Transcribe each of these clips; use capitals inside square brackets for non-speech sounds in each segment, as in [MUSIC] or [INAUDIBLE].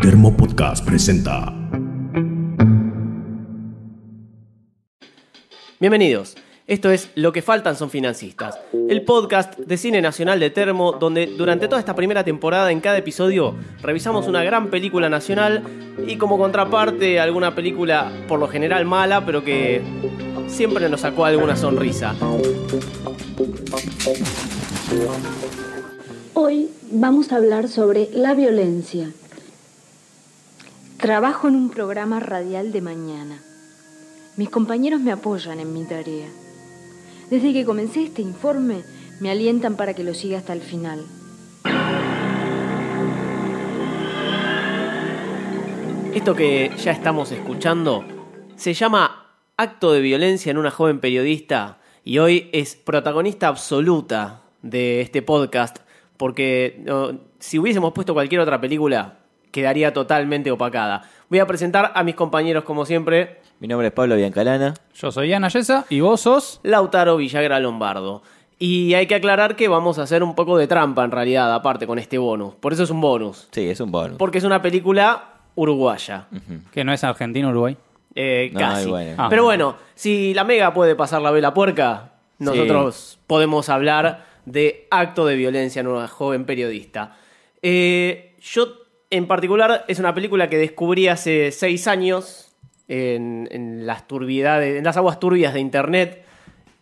Termo Podcast presenta. Bienvenidos. Esto es Lo que faltan son financistas, el podcast de cine nacional de Termo, donde durante toda esta primera temporada, en cada episodio, revisamos una gran película nacional y como contraparte alguna película por lo general mala, pero que siempre nos sacó alguna sonrisa. Hoy vamos a hablar sobre la violencia. Trabajo en un programa radial de mañana. Mis compañeros me apoyan en mi tarea. Desde que comencé este informe, me alientan para que lo siga hasta el final. Esto que ya estamos escuchando se llama Acto de violencia en una joven periodista y hoy es protagonista absoluta de este podcast porque no, si hubiésemos puesto cualquier otra película quedaría totalmente opacada. Voy a presentar a mis compañeros como siempre, Mi nombre es Pablo Biancalana. Yo soy Ana Yesa y vos sos. Lautaro Villagra Lombardo. Y hay que aclarar que vamos a hacer un poco de trampa en realidad, aparte con este bonus. Por eso es un bonus. Sí, es un bonus. Porque es una película uruguaya. Que no es argentino, Uruguay. Eh, No, casi. y bueno. Ah. Pero bueno, si la mega puede pasar la vela puerca, nosotros podemos hablar de acto de violencia en una joven periodista. Eh, yo, en particular, es una película que descubrí hace seis años en, en las turbidades, en las aguas turbias de internet.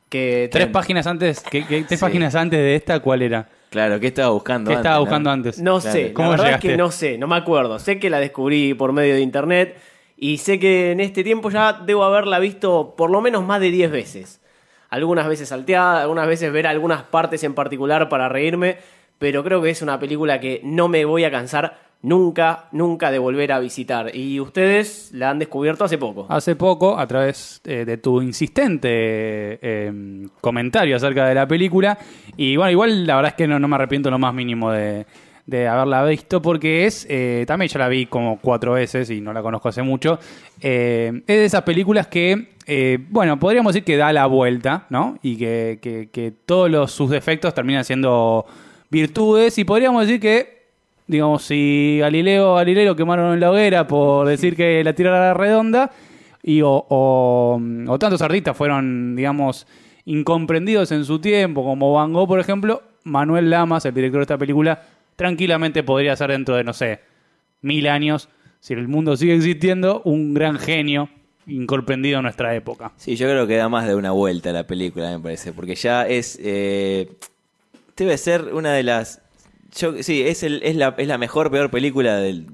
Que Tres te- páginas antes. ¿qué, qué- tres páginas antes de esta, ¿cuál era? Claro, ¿qué estaba buscando ¿Qué antes, estaba no? [LAUGHS] buscando antes? No Claro. sé, ¿Cómo la verdad llegaste? es que no sé, no me acuerdo. Sé que la descubrí por medio de internet y sé que en este tiempo ya debo haberla visto por lo menos más de 10 veces. Algunas veces salteada, algunas veces ver algunas partes en particular para reírme, pero creo que es una película que no me voy a cansar nunca, nunca de volver a visitar. Y ustedes la han descubierto hace poco. Ah, Hace poco, a través eh, de tu insistente eh, eh, comentario acerca de la película. Y bueno, igual la verdad es que no, no me arrepiento lo más mínimo de, de haberla visto, porque es. eh, también ya la vi como cuatro veces y no la conozco hace mucho. Eh, es de esas películas que. eh, bueno, podríamos decir que da la vuelta, ¿no? Y que, que- que todos los- sus defectos terminan siendo virtudes. Y podríamos decir que digamos, si Galileo Galileo lo quemaron en la hoguera por decir que la tierra era redonda, y o, o- mm, o tantos artistas fueron, digamos, incomprendidos en su tiempo, como Van Gogh, por ejemplo, Manuel Lamas, el director de esta película, tranquilamente podría ser dentro de, no sé, mil años, si el mundo sigue existiendo, un gran genio incomprendido en nuestra época. Sí, yo creo que da más de una vuelta la película, me parece. Porque ya es. eh, debe ser una de las. yo- sí, es, el, es, la, es la mejor, peor película del-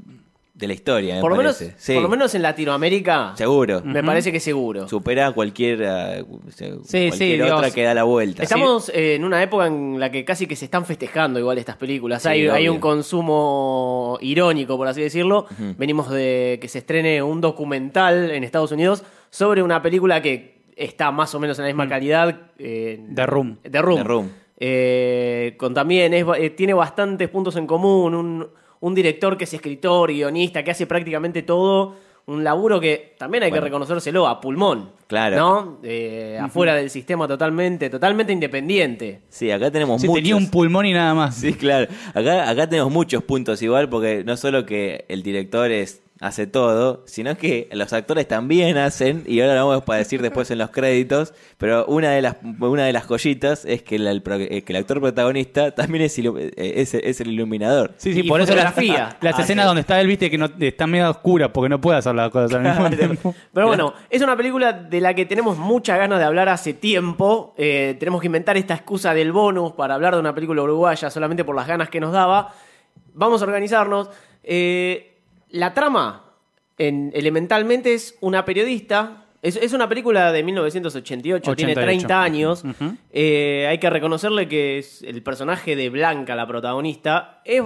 de la historia, me por, lo menos, parece. Sí, por lo menos en Latinoamérica, Seguro. me parece que seguro. Supera a cualquier, eh, o sea, sí, cualquier otra digamos, que da la vuelta. Estamos eh, en una época en la que casi que se están festejando igual estas películas. Sí, hay, hay obvio. un consumo irónico, por así decirlo. Venimos de que se estrene un documental en Estados Unidos sobre una película que está más o menos en la misma calidad. eh, The Room. The Room. The Room. Eh, con también es, ba- eh, tiene bastantes puntos en común. Un, un director que es escritor, guionista, que hace prácticamente todo. Un laburo que también hay que Bueno. reconocérselo a pulmón. Claro. ¿No? Eh, Afuera del sistema totalmente, totalmente independiente. Sí, acá tenemos Sí, muchos. tenía un pulmón y nada más. Sí, claro. Acá, acá tenemos muchos puntos igual, porque no solo que el director es, hace todo, sino que los actores también hacen, y ahora lo vamos a decir después en los créditos, pero una de las, una de las joyitas es que, la- el, pro- eh, que el actor protagonista también es, ilu- eh, es, es el iluminador. Sí, sí, Y por eso las, fotografía. [LAUGHS] las Ah, escenas sí. donde está él, viste, que no, está medio oscura porque no puede hacer las cosas al [LAUGHS] mismo tiempo. Pero bueno, es una película de la que tenemos muchas ganas de hablar hace tiempo. Eh, tenemos que inventar esta excusa del bonus para hablar de una película uruguaya solamente por las ganas que nos daba. Vamos a organizarnos. Eh, la trama, en- elementalmente, es una periodista. Es, es una película de 1988, tiene 88. 30 años. Ujú. Eh, hay que reconocerle que es- el personaje de Blanca, la protagonista, es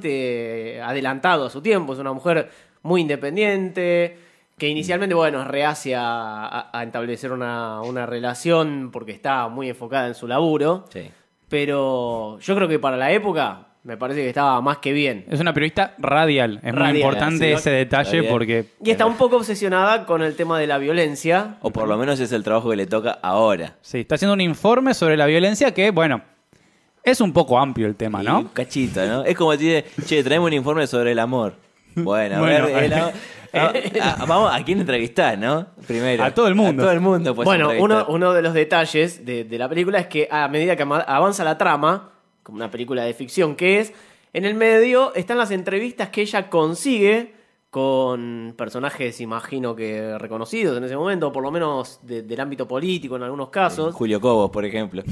bastante adelantado a su tiempo. Es una mujer muy independiente, que inicialmente, bueno, es reacia a, a establecer una, una relación porque está muy enfocada en su laburo. Sí. Pero yo creo que para la época me parece que estaba más que bien. Es una periodista radial. Es Radial, muy importante sí. ese detalle Radial. porque. Y está un poco obsesionada con el tema de la violencia. O por lo menos es el trabajo que le toca ahora. Sí, está haciendo un informe sobre la violencia que, bueno, es un poco amplio el tema, Y un ¿Ah, ¿no? cachito, ¿no? Es como si dice, che, traemos un informe sobre el amor. Bueno, a Bueno, ver, eh, la- a- a- vamos, ¿a quién entrevistar, no? Primero. A todo el mundo. A todo el mundo, pues. Bueno, uno, uno de los detalles de, de la película es que a medida que ama- avanza la trama, como una película de ficción que es, en el medio están las entrevistas que ella consigue con personajes, imagino que reconocidos en ese momento, por lo menos de- del ámbito político en algunos casos. [LAUGHS] Julio Cobos, por ejemplo.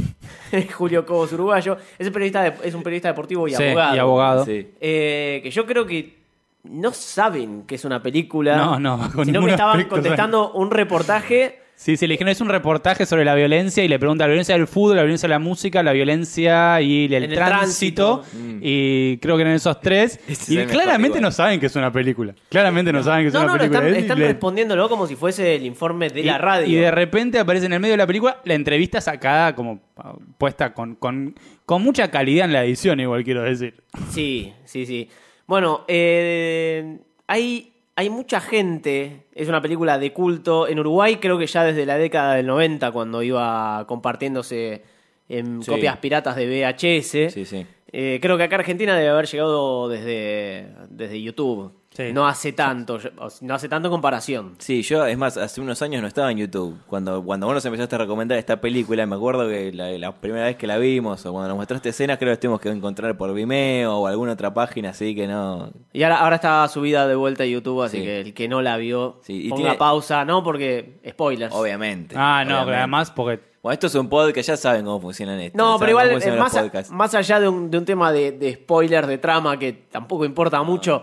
Julio Cobos, uruguayo. Es un periodista, de- es un periodista deportivo y Sí, abogado. y abogado. Sí. Eh, que yo creo que no saben que es una película. No, no, bajo Sino ningún que estaban aspecto contestando un reportaje. Sí, sí, le dijeron, es un reportaje sobre la violencia y le pregunta la violencia del fútbol, la violencia de la música, la violencia y el, En el tránsito. Y creo que eran esos [LAUGHS] tres. Ese es el y mejor claramente igual. no saben que es una película. Claramente no, saben que es No, una no, lo película. están, Es- están le- respondiéndolo como si fuese el informe de y- la radio. Y de repente aparece en el medio de la película la entrevista sacada como ah, puesta con, con, con mucha calidad en la edición, igual quiero decir. Sí, sí, sí. Bueno, eh, hay, hay mucha gente. Es una película de culto en Uruguay, creo que ya desde la década del 90, cuando iba compartiéndose en Sí. copias piratas de VHS. Sí, sí. Eh, creo que acá Argentina debe haber llegado desde, desde YouTube. Sí. No hace tanto, yo- o sea, no hace tanto comparación. Sí, yo, es más, hace unos años no estaba en YouTube. Cuando, cuando vos nos empezaste a recomendar esta película, me acuerdo que la, la primera vez que la vimos, o cuando nos mostraste escenas, creo que las tuvimos que encontrar por Vimeo o alguna otra página, así que no. Y ahora, ahora está subida de vuelta a YouTube, así Sí. que el que no la vio, Sí, y ponga tiene- pausa, no, porque spoilers. Obviamente. Ah, no, obviamente. pero además porque Bueno, esto es un podcast, ya saben cómo funcionan esto. No, saben pero igual, cómo eh, funcionan los más, a- podcasts. más allá de un, de un tema de, de spoilers, de trama, que tampoco importa mucho,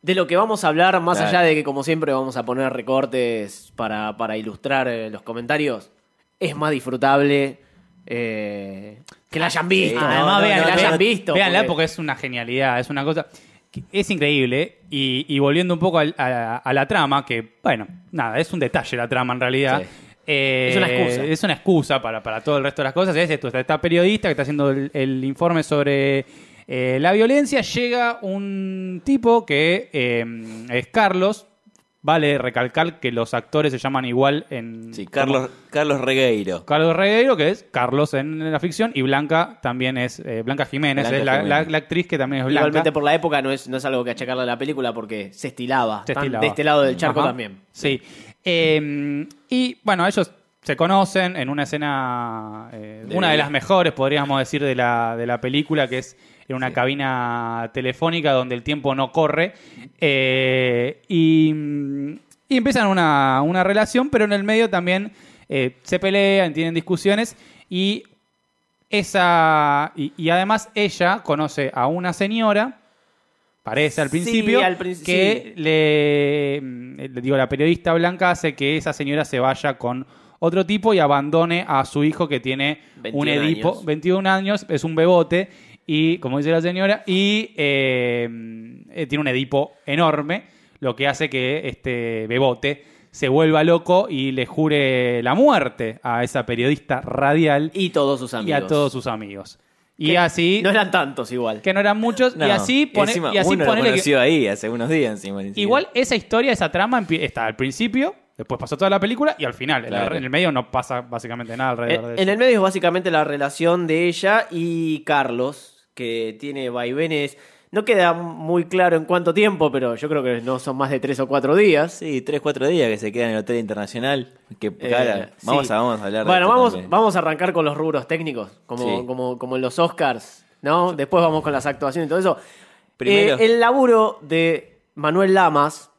de lo que vamos a hablar, más Ah. Claro. allá de que, como siempre, vamos a poner recortes para, para ilustrar eh, los comentarios, es más disfrutable eh, que la hayan visto. Sí, no, Ah, Además, no, vean, que la no, hayan vean- visto. véanla porque... es una genialidad, es una cosa. que Es increíble. ¿eh? Y, y volviendo un poco al- a, a la trama, que, bueno, nada, es un detalle la trama en realidad. Sí. Eh, Es una excusa. Es una excusa para, para todo el resto de las cosas. Es esto: está, está periodista que está haciendo el, el informe sobre eh, la violencia. Llega un tipo que eh, es Carlos. Vale recalcar que los actores se llaman igual en. Sí, Carlos, Carlos Regueiro. Carlos Regueiro, que es Carlos en la ficción, y Blanca también es. eh, Blanca Jiménez Blanca es la, Jiménez. la- la actriz que también es Blanca. Igualmente por la época no es, no es algo que achacarle a la película porque se estilaba. Se Tan- estilaba. De este lado del charco Ajá. también. Sí. Eh, y bueno, ellos se conocen en una escena, eh, De- una de las mejores, podríamos decir, de la, de la película, que es en una cabina telefónica donde el tiempo no corre. Eh, y, y empiezan una, una relación, pero en el medio también eh, se pelean, tienen discusiones y esa y, y además ella conoce a una señora parece al Sí, principio al princi- que le, mm, le digo la periodista blanca hace que esa señora se vaya con otro tipo y abandone a su hijo que tiene un 21 Edipo años. 21 años es un bebote y como dice la señora y eh, mm, eh, tiene un Edipo enorme lo que hace que este bebote se vuelva loco y le jure la muerte a esa periodista radial Y todos sus amigos. y a todos sus amigos. Y Que así, No eran tantos igual. que no eran muchos, No, y así, pone, encima y así uno lo ponele que- conoció ahí hace unos días encima. ni siquiera. Igual esa historia, esa trama empie- está al principio, después pasó toda la película y al final. En la- Claro. En el medio no pasa básicamente nada alrededor de En, eso. en el medio es básicamente la relación de ella y Carlos, que tiene vaivenes. No queda muy claro en cuánto tiempo, pero yo creo que no son más de tres o cuatro días. Sí, tres, cuatro días que se queda en el Hotel Internacional. Que Eh, cara, vamos, sí. a, vamos a hablar de Bueno, esto vamos, también. vamos a arrancar con los rubros técnicos, como, Sí. como, como en los Oscars, ¿no? Después vamos con las actuaciones y todo eso. Primero- Eh, el laburo de Manuel Lamas,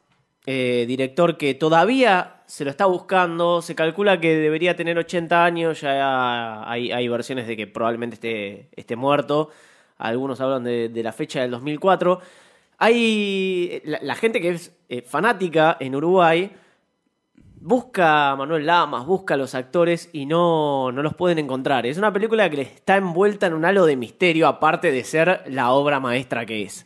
eh, director que todavía se lo está buscando, se calcula que debería tener 80 años, ya hay, hay versiones de que probablemente esté, esté muerto, algunos hablan de, de la fecha del 2004. Hay la, la gente que es eh, fanática en Uruguay, busca a Manuel Lamas, busca a los actores y no, no los pueden encontrar. Es una película que está envuelta en un halo de misterio, aparte de ser la obra maestra que es.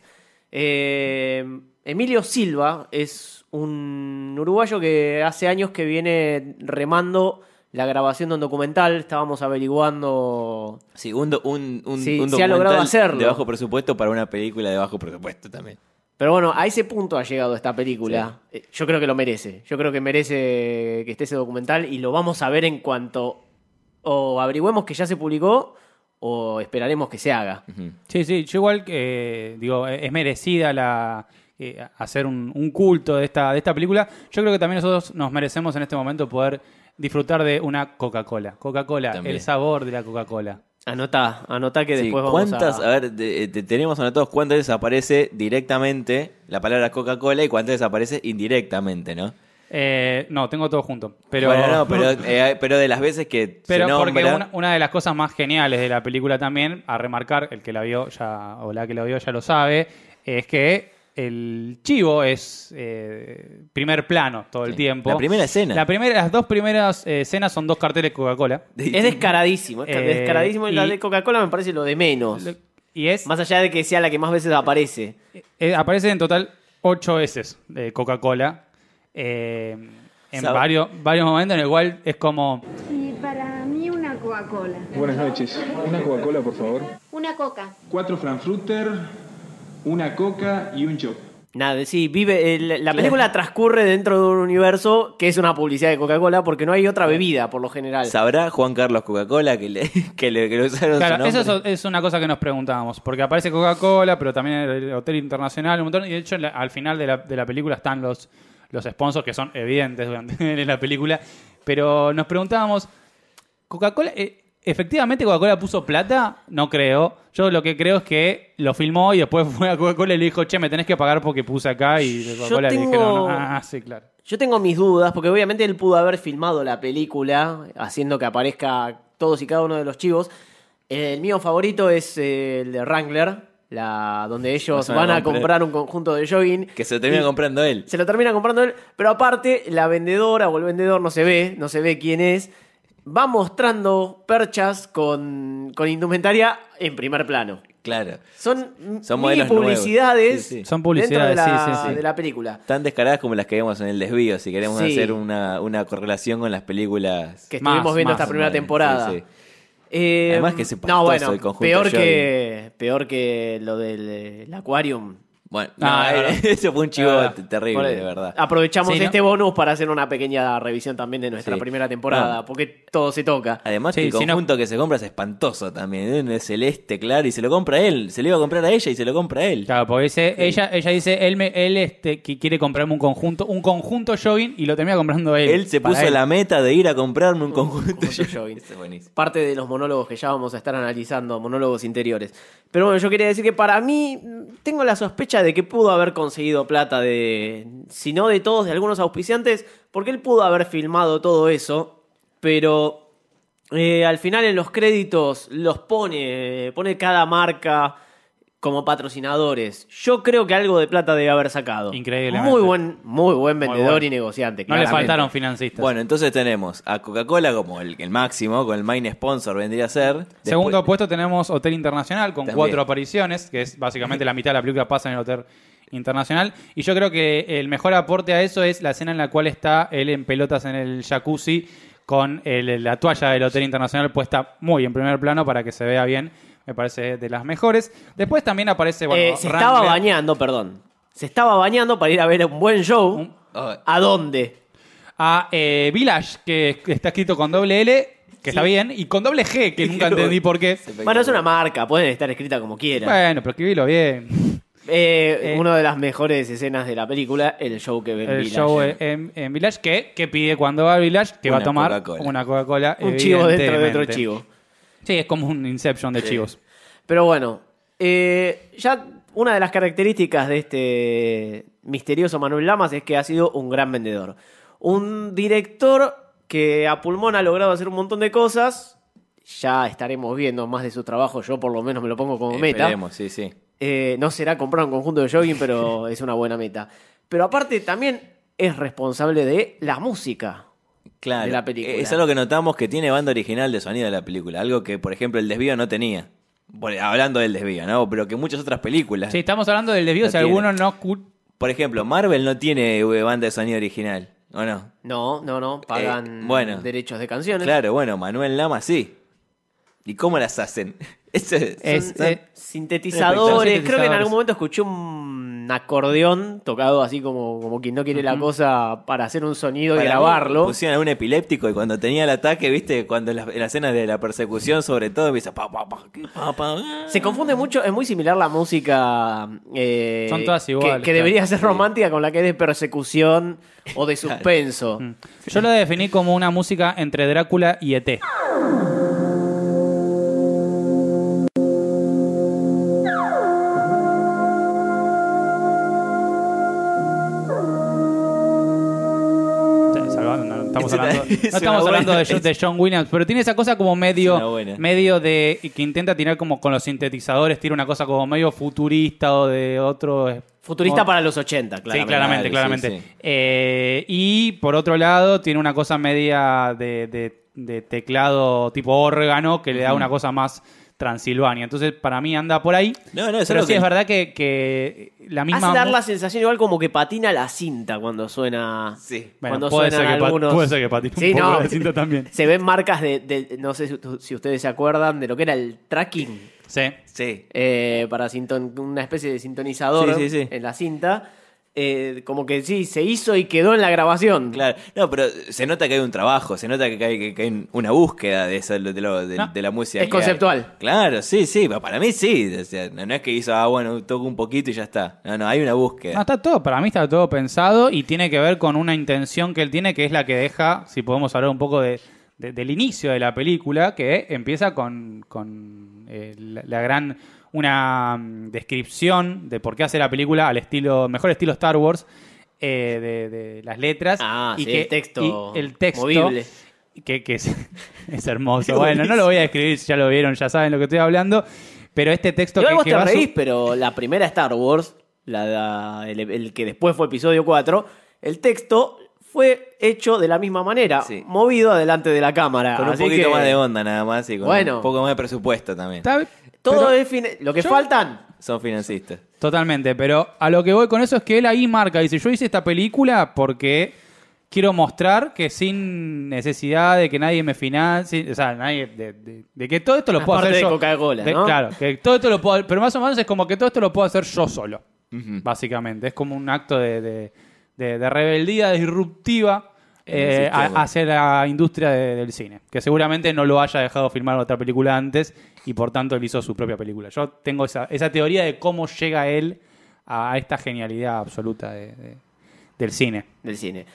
Eh, Emilio Silva es un uruguayo que hace años que viene remando la grabación de un documental. Estábamos averiguando Sí, un, do- un, un, Sí, un se ha logrado documental hacerlo. de bajo presupuesto para una película de bajo presupuesto también. Pero bueno, a ese punto ha llegado esta película. Eh, Yo creo que lo merece. Yo creo que merece que esté ese documental y lo vamos a ver en cuanto o averigüemos que ya se publicó o esperaremos que se haga. Sí, sí, yo igual que, eh, digo, eh, es e-, merecida la, eh, hacer un, un culto de esta, de esta película, yo creo que también nosotros nos merecemos en este momento poder disfrutar de una Coca-Cola. Coca-Cola, También. el sabor de la Coca-Cola. Anota, anota que Sí, después vamos ¿Cuántas, a... a... ver, de- de- tenemos anotados cuántas veces aparece directamente la palabra Coca-Cola y cuántas veces aparece indirectamente, ¿no? Eh, no, tengo todo junto. Pero, bueno, no, [LAUGHS] pero, eh, pero de las veces que Pero se nombra... porque una, una de las cosas más geniales de la película también, a remarcar, el que la vio ya, o la que la vio ya lo sabe, es que el chivo es eh, primer plano todo el Sí. tiempo. La primera escena. La primera, las dos primeras eh, escenas son dos carteles de Coca-Cola. Es descaradísimo, es ca- Eh, descaradísimo. Y la y- de Coca-Cola me parece lo de menos. Y es. Más allá de que sea la que más veces aparece. eh, aparece en total ocho veces de Coca-Cola. eh, en Sab- varios, varios momentos en el cual es como. Y para mí una Coca-Cola. Buenas noches. Una Coca-Cola, por favor. Una coca. Cuatro Frankfurter, una Coca y un Chop. Nada, sí, vive. el- la película transcurre dentro de un universo que es una publicidad de Coca-Cola porque no hay otra bebida por lo general. ¿Sabrá Juan Carlos Coca-Cola que le, [LAUGHS] que le que lo usaron su Claro, nombre? eso es, es una cosa que nos preguntábamos, porque aparece Coca-Cola, pero también el Hotel Internacional, un montón, y de hecho en la- al final de la, de la película están los, los sponsors que son evidentes durante [LAUGHS] en la película, pero nos preguntábamos, ¿Coca-Cola, eh, efectivamente Coca-Cola puso plata? No creo, yo lo que creo es que lo filmó y después [LAUGHS] fue a Coca-Cola y le dijo, che, me tenés que pagar porque puse acá y de Yo Coca-Cola tengo- le dijeron, ah, sí, claro. Yo tengo mis dudas, porque obviamente él pudo haber filmado la película, haciendo que aparezca todos y cada uno de los chivos. Eh, El mío favorito es eh, el de Wrangler, la, donde ellos Vas a van a comprar- comprar un conjunto de jogging. Que se lo termina Y comprando él. Se lo termina comprando él, pero aparte la vendedora o el vendedor no se ve, no se ve quién es. Va mostrando perchas con, con indumentaria en primer plano. Claro. Son, Son mini modelos nuevos. publicidades Sí, sí. Son publicidades, dentro de la, sí, sí, sí. de la película. Tan descaradas como las que vemos en el desvío, si queremos Sí. hacer una, una correlación con las películas. que Más, estuvimos viendo más, esta primera sí, temporada. sí. Eh, Además que ese No, pastoso bueno, del conjunto peor Johnny. que, peor que lo del eh, el Aquarium. Bueno, Ah, no, [LAUGHS] es verdad. eso fue un chivo Es verdad. te- terrible, Por- de verdad. Ah, Aprovechamos Sí, ¿no? este bonus para hacer una pequeña revisión también de nuestra Sí. Ah. primera temporada, No. porque todo se toca. Además, Sí, que el si no- conjunto que se compra es espantoso también. ¿eh? Es celeste, claro, y se lo compra él. Se lo iba a comprar a ella y se lo compra a él. Claro, porque dice, ella, ella dice, él, me- él este, que quiere comprarme un conjunto, un conjunto jogging y lo termina comprando él. él se Para puso él. Uh, la meta de ir a comprarme [LAUGHS] un conjunto. [LAUGHS] conjunto jogging. Eso Este es buenísimo. Parte de los monólogos que ya vamos a estar analizando, monólogos interiores. Pero bueno, yo quería decir que para mí mm, tengo la sospecha de que pudo haber conseguido plata de, si no de todos, de algunos auspiciantes, porque él pudo haber filmado todo eso, pero eh, al final en los créditos los pone, pone cada marca como patrocinadores. Yo creo que algo de plata debe haber sacado. Increíblemente. Muy buen, muy buen vendedor bueno. y negociante. No le claramente. faltaron financistas. Bueno, entonces tenemos a Coca-Cola como el, el máximo, con el main sponsor vendría a ser. Después- Segundo puesto tenemos Hotel Internacional con También. cuatro apariciones, que es básicamente la mitad de la película pasa en el Hotel Internacional. Y yo creo que el mejor aporte a eso es la escena en la cual está él en pelotas en el jacuzzi con el- la toalla del Hotel Internacional puesta muy en primer plano para que se vea bien. Me parece de las mejores. Después también aparece, bueno, Eh, se Wrangler. estaba bañando, perdón. Se estaba bañando para ir a ver un buen show. Ah. ¿A dónde? a eh, Village, que está escrito con doble L, que está bien, y con doble G, que nunca entendí por qué. Bueno, es una marca, pueden estar escrita como quieran. Bueno, pero escribilo bien. Eh, Eh. una de las mejores escenas de la película, el show que ven El Village. show en, en Village, que, que pide cuando va a Village, que va a Una tomar Coca-Cola. una Coca-Cola. Un chivo dentro de otro e- evidentemente. chivo. Sí, es como un Inception de chivos. Pero bueno, eh, ya una de las características de este misterioso Manuel Lamas es que ha sido un gran vendedor. Un director que a pulmón ha logrado hacer un montón de cosas. Ya estaremos viendo más de su trabajo. Yo por lo menos me lo pongo como meta. Esperemos, sí, sí. Eh, no será comprar un conjunto de jogging, [LAUGHS] pero es una buena meta. Pero aparte también es responsable de la música. Claro. de la película. Es algo que notamos que tiene banda original de sonido de la película. Algo que, por ejemplo, el desvío no tenía. Por- hablando del desvío, ¿no? Pero que muchas otras películas. Sí, estamos hablando del desvío. Lo si tiene. alguno no escu- Por ejemplo, Marvel no tiene eh, banda de sonido original, ¿o no? No, no, no, pagan Eh, bueno. derechos de canciones. Claro, bueno, Manuel Lama sí. ¿Y cómo las hacen? [LAUGHS] Ese- Es- son- eh, Sintetizadores. Creo que en sintetizadores. algún momento escuché un acordeón tocado así como, como quien no quiere la cosa para hacer un sonido y para mí grabarlo. pues Pusieron a un epiléptico y cuando tenía el ataque, viste, cuando en la, en la escena de la persecución, sobre todo, empieza pa, pa, pa, que, pa, pa, ah. Se confunde mucho, es muy similar la música. eh, Son todas que- iguales, Que, claro. debería ser romántica con la que es de persecución o de suspenso. Mm. Yo lo definí como una música entre Drácula y E ET. Sí, salvando, no [LAUGHS] Estamos Es una- hablando, no es una estamos buena- hablando de, John- de John Williams, pero tiene esa cosa como Es una medio, buena. medio de y que intenta tirar como con los sintetizadores, tira una cosa como medio futurista o de otro eh, Futurista o- para los 80, claro. sí, claramente, claro, claramente. sí, sí. Eh, y por otro lado, tiene una cosa media de, de- de teclado tipo órgano que le da una cosa más Transilvania. Entonces, para mí anda por ahí. No, no, es Pero algo sí, que- es verdad que, que la misma. Hace dar mu- la sensación igual como que patina la cinta cuando suena. Sí. Bueno, cuando puede suenan ser que pat- algunos. puede ser que patine un Sí, poco [LAUGHS] no. la cinta también. Se ven marcas de, de- No sé si, si ustedes se acuerdan de lo que era el tracking Sí. Sí. eh, para sinton- una especie de sintonizador Sí, sí, sí. en la cinta. Eh, como que sí, se hizo y quedó en la grabación. Claro, no, pero se nota que hay un trabajo, se nota que hay, que- que hay un- una búsqueda de, eso, de, lo- de- No, de la música. es que conceptual. hay. Claro, sí, sí, pa- para mí sí. o sea, no, no es que hizo, ah, bueno, toco un poquito y ya está. No, no, hay una búsqueda. No, está todo, para mí está todo pensado y tiene que ver con una intención que él tiene, que es la que deja, si podemos hablar un poco de, de- del inicio de la película, que empieza con, con, eh, la, la gran una mm, descripción de por qué hace la película al estilo, mejor estilo Star Wars, eh, de, de las letras Ah, y sí, que el texto y el texto movible. que, que es, [LAUGHS] es hermoso. bueno, no lo voy a escribir, ya lo vieron, ya saben lo que estoy hablando. Pero este texto Igual que, vos que te va su- reís, pero la primera Star Wars, la, la- el, el que después fue episodio 4, el texto fue hecho de la misma manera, Sí. movido adelante de la cámara. con un Ah, Así poquito que más de onda nada más y con Bueno. un poco más de presupuesto también. Está- Todo pero- es fine- lo que Yo- faltan. Son financistas. Totalmente, pero a lo que voy con eso es que él ahí marca, dice, yo hice esta película porque quiero mostrar que sin necesidad de que nadie me financie, o sea, nadie, de, de- de que todo esto lo Más puedo hacer parte de yo. Coca-Cola, ¿no? Claro, que todo esto lo puedo, pero más o menos es como que todo esto lo puedo hacer yo solo, básicamente. Es como un acto de, de- de- de rebeldía disruptiva En eh, el a- sistema. hacia la industria de- del cine, que seguramente no lo haya dejado filmar otra película antes y por tanto él hizo su propia película. Yo tengo esa, esa teoría de cómo llega él a esta genialidad absoluta de- de- del cine. del cine.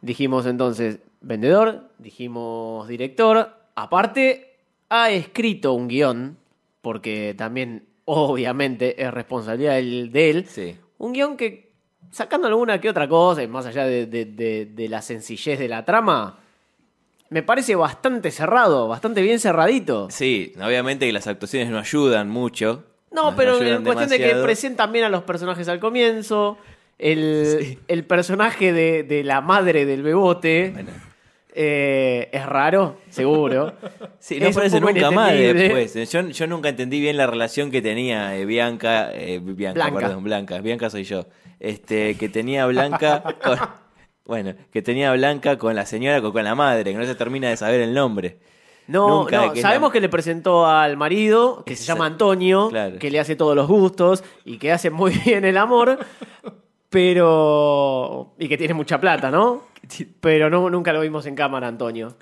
Dijimos entonces vendedor, dijimos director. Aparte, ha escrito un guión, porque también obviamente es responsabilidad del- de él. Sí. Un guión que, sacando alguna que otra cosa, y más allá de, de- de- de la sencillez de la trama, me parece bastante cerrado, bastante bien cerradito. Sí, obviamente que las actuaciones no ayudan mucho. No, pero ayudan en cuestión de que demasiado. presentan bien a los personajes al comienzo. El, el personaje de, de la madre del bebote eh, es raro, seguro. [LAUGHS] Sí, no Es un aparece poco nunca más inentendible. después. Yo, yo nunca entendí bien la relación que tenía eh, Bianca, eh, Bianca, Blanca. perdón, Blanca, Bianca soy yo, este, que tenía Blanca con, [LAUGHS] bueno, que tenía Blanca con la señora, con, con la madre, que no se termina de saber el nombre. No, Nunca no, que sabemos la- que le presentó al marido, que se Exacto. llama Antonio, Claro. que le hace todos los gustos y que hace muy [LAUGHS] bien el amor, pero... y que tiene mucha plata, [LAUGHS] ¿no? Pero no, nunca lo vimos en cámara, Antonio.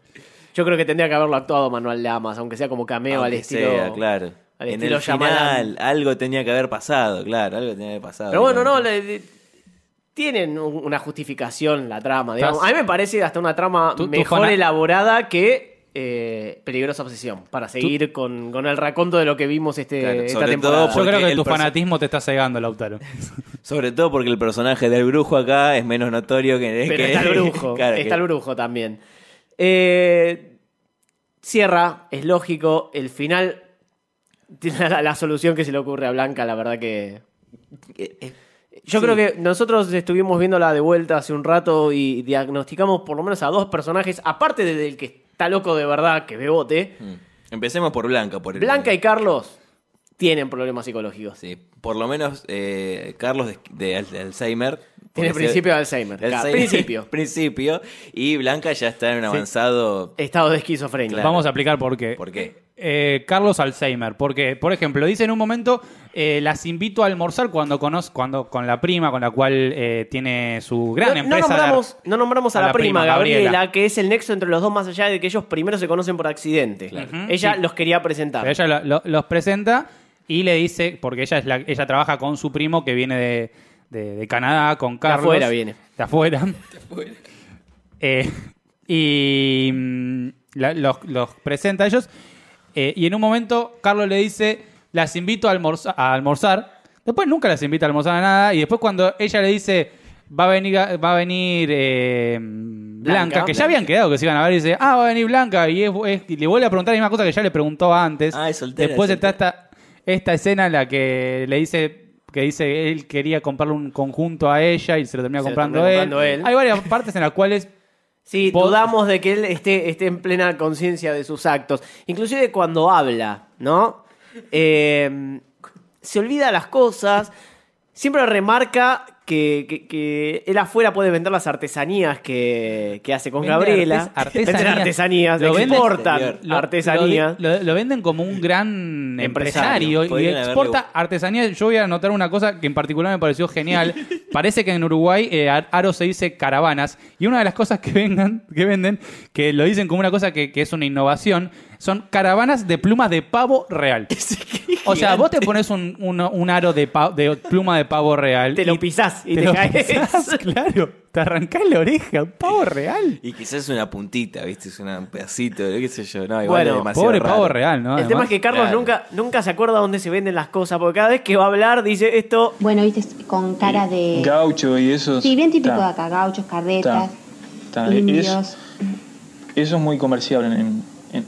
Yo creo que tendría que haberlo actuado Manuel Lamas, aunque sea como cameo al Aunque estilo... sea, claro. al en estilo el Shyamalan. final, algo tenía que haber pasado, claro, algo tenía que haber pasado. Pero bueno, no, obviamente. le- le- tienen un- una justificación la trama. digamos. Estás- A mí me parece hasta una trama Tú- tú mejor fana- elaborada que eh, Peligrosa Obsesión, para seguir con, con el raconto de lo que vimos este, Claro, esta sobre temporada. todo Yo Porque creo que el tu perso- fanatismo te está cegando, Lautaro. Sobre todo porque el personaje del brujo acá es menos notorio que... Pero que- está [LAUGHS] el brujo, claro, está que- el brujo también. Eh, cierra, es lógico, el final... [LAUGHS] tiene La, la solución que se le ocurre a Blanca, la verdad que eh, Yo creo que nosotros estuvimos viéndola de vuelta hace un rato y diagnosticamos por lo menos a dos personajes, aparte de- del que está loco de verdad, que es Bebote. Mm. Empecemos por Blanca, por el... Blanca y Carlos tienen problemas psicológicos. Sí, por lo menos eh, Carlos de, de Al- de Alzheimer. Tiene Porque principio de se- Alzheimer. de Claro, Alzheimer, [LAUGHS] principio. principio. Y Blanca ya está en un avanzado. Estado de esquizofrenia. Claro. Vamos a aplicar por qué. ¿Por qué? eh, Carlos Alzheimer. Porque, por ejemplo, dice en un momento, eh, las invito a almorzar cuando conoz- cuando con la prima, con la cual eh, tiene su gran no, no empresa. de ar- nombramos, no nombramos a, la, prima, Gabriela, Gabriela. que es el nexo entre los dos, más allá de que ellos primero se conocen por accidente. Ujú, Ella sí. los quería presentar. Pero ella lo- lo- los presenta y le dice, porque ella es la- ella trabaja con su primo que viene de, de- de Canadá, con Carlos. afuera viene. [LAUGHS] De afuera. Eh, y mm, la- los, los presenta a ellos. Eh, y en un momento Carlos le dice, las invito a, almorza- a almorzar. Después nunca las invita a almorzar a nada. Y después cuando ella le dice, va a venir, va a venir eh, Blanca, que ya habían quedado que se iban a ver, y dice, ah, va a venir Blanca. Y, es, es- y le vuelve a preguntar la misma cosa que ya le preguntó antes. Ah, es soltera, después es está soltera. esta, esta escena en la que le dice... Que dice él quería comprarle un conjunto a ella y se lo termina Se lo comprando, termina él. comprando él. Hay varias partes en las cuales Sí, Vos- dudamos de que él esté, esté en plena conciencia de sus actos. Inclusive cuando habla, ¿no? Eh, se olvida las cosas. Siempre remarca que, que- que él afuera puede vender las artesanías que, que hace con Vende Gabriela. artes- artesanías. Venden artesanías, Lo vende exportan exterior. lo- artesanías. Lo, lo venden como un gran Empresario. empresario, y Podrían exporta haberle- artesanía. Yo voy a anotar una cosa que en particular me pareció genial. [LAUGHS] Parece que en Uruguay eh, Ar- Aro se dice caravanas y una de las cosas que, vengan, que venden, que lo dicen como una cosa que, que es una innovación, son caravanas de plumas de pavo [LAUGHS] real. O sea, vos te pones un, un- un aro de, pa- de pluma de pavo real. Te lo y- pisás y te, lo [LAUGHS] caes. pisás, claro. Te arrancás la oreja, un pavo real. Y quizás es una puntita, ¿viste? Es una- un pedacito, qué sé yo. No, igual Bueno, es demasiado Pobre raro. pavo real, ¿no? El tema es Además- que Carlos claro. nunca, nunca se acuerda dónde se venden las cosas, porque cada vez que va a hablar dice esto. Bueno, viste, con cara de... Gaucho y esos. Sí, bien típico de Ta, acá, gauchos, ta, carretas, ta. Es- indios. eso es muy comercial en, en- en-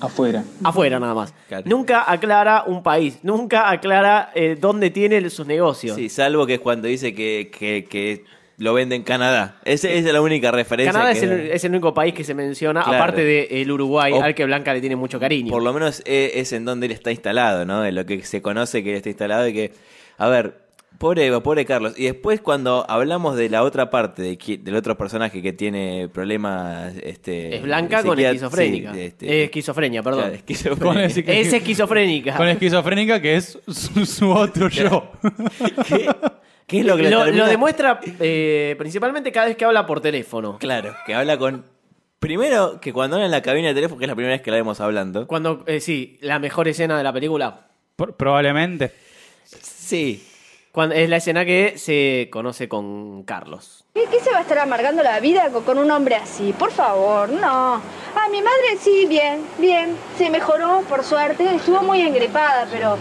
afuera. Afuera nada más. Claro. Nunca aclara un país, nunca aclara eh, dónde tiene sus negocios. Sí, salvo que es cuando dice que, que, que lo vende en Canadá. Ese- esa es la única referencia. Canadá que es el, es el único país que se menciona, Claro. aparte del Uruguay, O- al que Blanca le tiene mucho cariño. Por lo menos e- es, en donde él está instalado, ¿no? En lo que se conoce que él está instalado y que... A ver, pobre, pobre Carlos. Y después cuando hablamos de la otra parte, de qui- del otro personaje que tiene problemas... Este, es Blanca con psiquiat- esquizofrénica. sí, este- Eh, esquizofrenia, perdón. claro, esquizofrénica. Con esqui- [LAUGHS] Es esquizofrénica. Con esquizofrénica, que es [LAUGHS] su, su otro yo. ¿Qué? ¿Qué es lo que lo, lo, termina- lo demuestra eh, principalmente cada vez que habla por teléfono. Claro, que habla con... Primero, que cuando habla en la cabina de teléfono, que es la primera vez que la vemos hablando. Cuando, eh, sí, la mejor escena de la película Por- probablemente. Sí. cuando, es la escena que se conoce con Carlos. ¿Qué, qué se va a estar amargando la vida co- con un hombre así? Por favor, no. A mi madre sí, bien, bien. Se mejoró, por suerte. Estuvo muy engrepada, pero...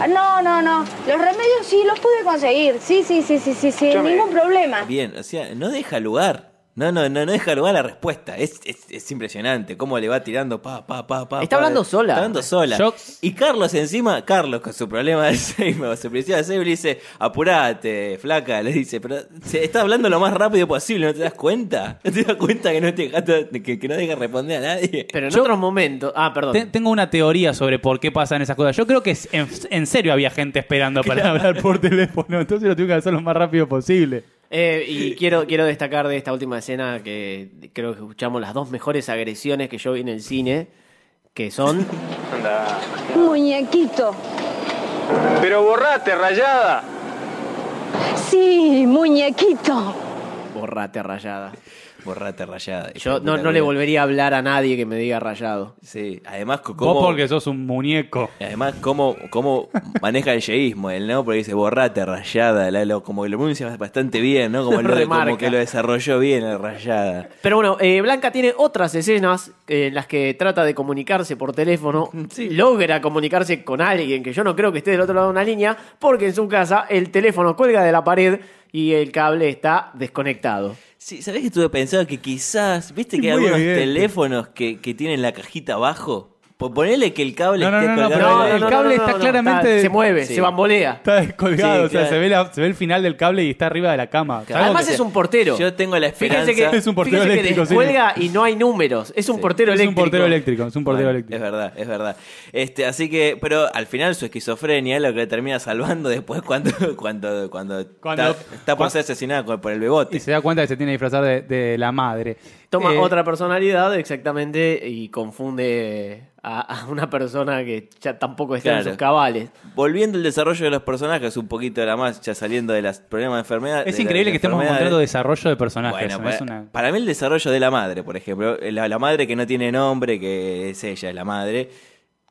ah, No, no, no. Los remedios sí los pude conseguir. Sí, sí, sí, sí, sí, sí. Ningún problema. Bien, o sea, no deja lugar. No, no, no, no deja lugar a la respuesta. Es, es, es impresionante cómo le va tirando pa, pa, pa, pa. Está pa. hablando sola. Está hablando sola. Yo- Y Carlos encima, Carlos con su problema de [LAUGHS] Alzheimer, o su principio de Alzheimer, le dice, apurate, flaca, le dice, pero se está hablando lo más rápido posible, ¿no te das cuenta? ¿No te das cuenta que no, te dejaste- que, que no deja responder a nadie? Pero en otros momentos. Ah, perdón. Te- tengo una teoría sobre por qué pasan esas cosas. Yo creo que es- en, en serio había gente esperando para hablar por teléfono. Entonces lo tengo que hacer lo más rápido posible. Eh, y quiero, quiero destacar de esta última escena que creo que escuchamos las dos mejores agresiones que yo vi en el cine, que son... Muñequito. Pero borrate, rayada. Sí, muñequito. Borrate rayada. Borrate rayada. Yo no, no le volvería a hablar a nadie que me diga rayado. Sí, además, co- Vos como... porque sos un muñeco. Además, cómo, cómo maneja el yeísmo, él, ¿no? Porque dice borrate, rayada, la- lo- como que lo pronuncia bastante bien, ¿no? [LAUGHS] Como, lo- Remarca. como que lo desarrolló bien, el rayada. Pero bueno, eh, Blanca tiene otras escenas eh, en las que trata de comunicarse por [LAUGHS] teléfono. Logra comunicarse con alguien que yo no creo que esté del otro lado de una línea, porque en su casa el teléfono cuelga de la pared y el cable está desconectado. Sí, ¿sabés que estuve pensando que quizás, viste que hay Es muy algunos evidente. teléfonos que, que tienen la cajita abajo? Po- Ponele que el cable No, no, esté no, no, colgado pero de la- el cable está claramente- se mueve, Sí. se bambolea. Está descolgado. Sí, o sea, claro. se ve, la- se ve el final del cable y está arriba de la cama. Claro. Algo Además que- es un portero. Yo tengo la Fíjense que esperanza- Es un portero fíjense que eléctrico, sí. descuelga y no hay números. Es un Sí. portero es un eléctrico. portero eléctrico. Es un portero Bueno, eléctrico. Ah, Es verdad, es verdad. Este, así que, pero al final su esquizofrenia es lo que le termina salvando después cuando, [LAUGHS] cuando, cuando, Cuando- está, está por ser asesinada por el bebote. Y se da cuenta que se tiene que disfrazar de, de la madre. Toma Eh, otra personalidad exactamente y confunde a, a una persona que ya tampoco está en Claro. sus cabales. Volviendo al desarrollo de los personajes, un poquito nada más, ya saliendo de los problemas de enfermedad. Es de la- increíble de que estemos enfermedades. encontrando desarrollo de personajes. Bueno, me para, es una- para mí el desarrollo de la madre, por ejemplo, la, la madre que no tiene nombre, que es ella, es la madre.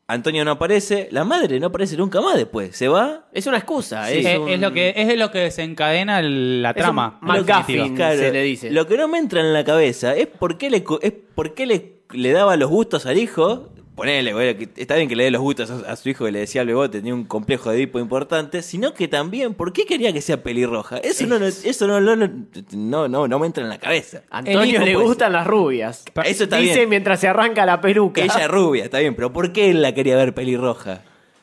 Antonio no aparece, la madre no aparece nunca más después, se va. Es una excusa. Sí. es, Eh, es, un- lo que, es lo que desencadena el- la un trama. en McGuffin. definitiva. se le dice. Lo que no me entra en la cabeza es por qué le, co- es por qué le, le daba los gustos al hijo. Ponele, bueno, que está bien que le dé los gustos a, a su hijo que le decía al bebote, tenía un complejo de Edipo importante, sino que también, ¿por qué quería que sea pelirroja? Eso no, no- eso no, no, no- no, no- no me entra en la cabeza. Antonio El hijo, le pues. gustan las rubias. Pa- Eso está dice bien. mientras se arranca la peluca. Que ella es rubia, está bien, pero ¿por qué él la quería ver pelirroja?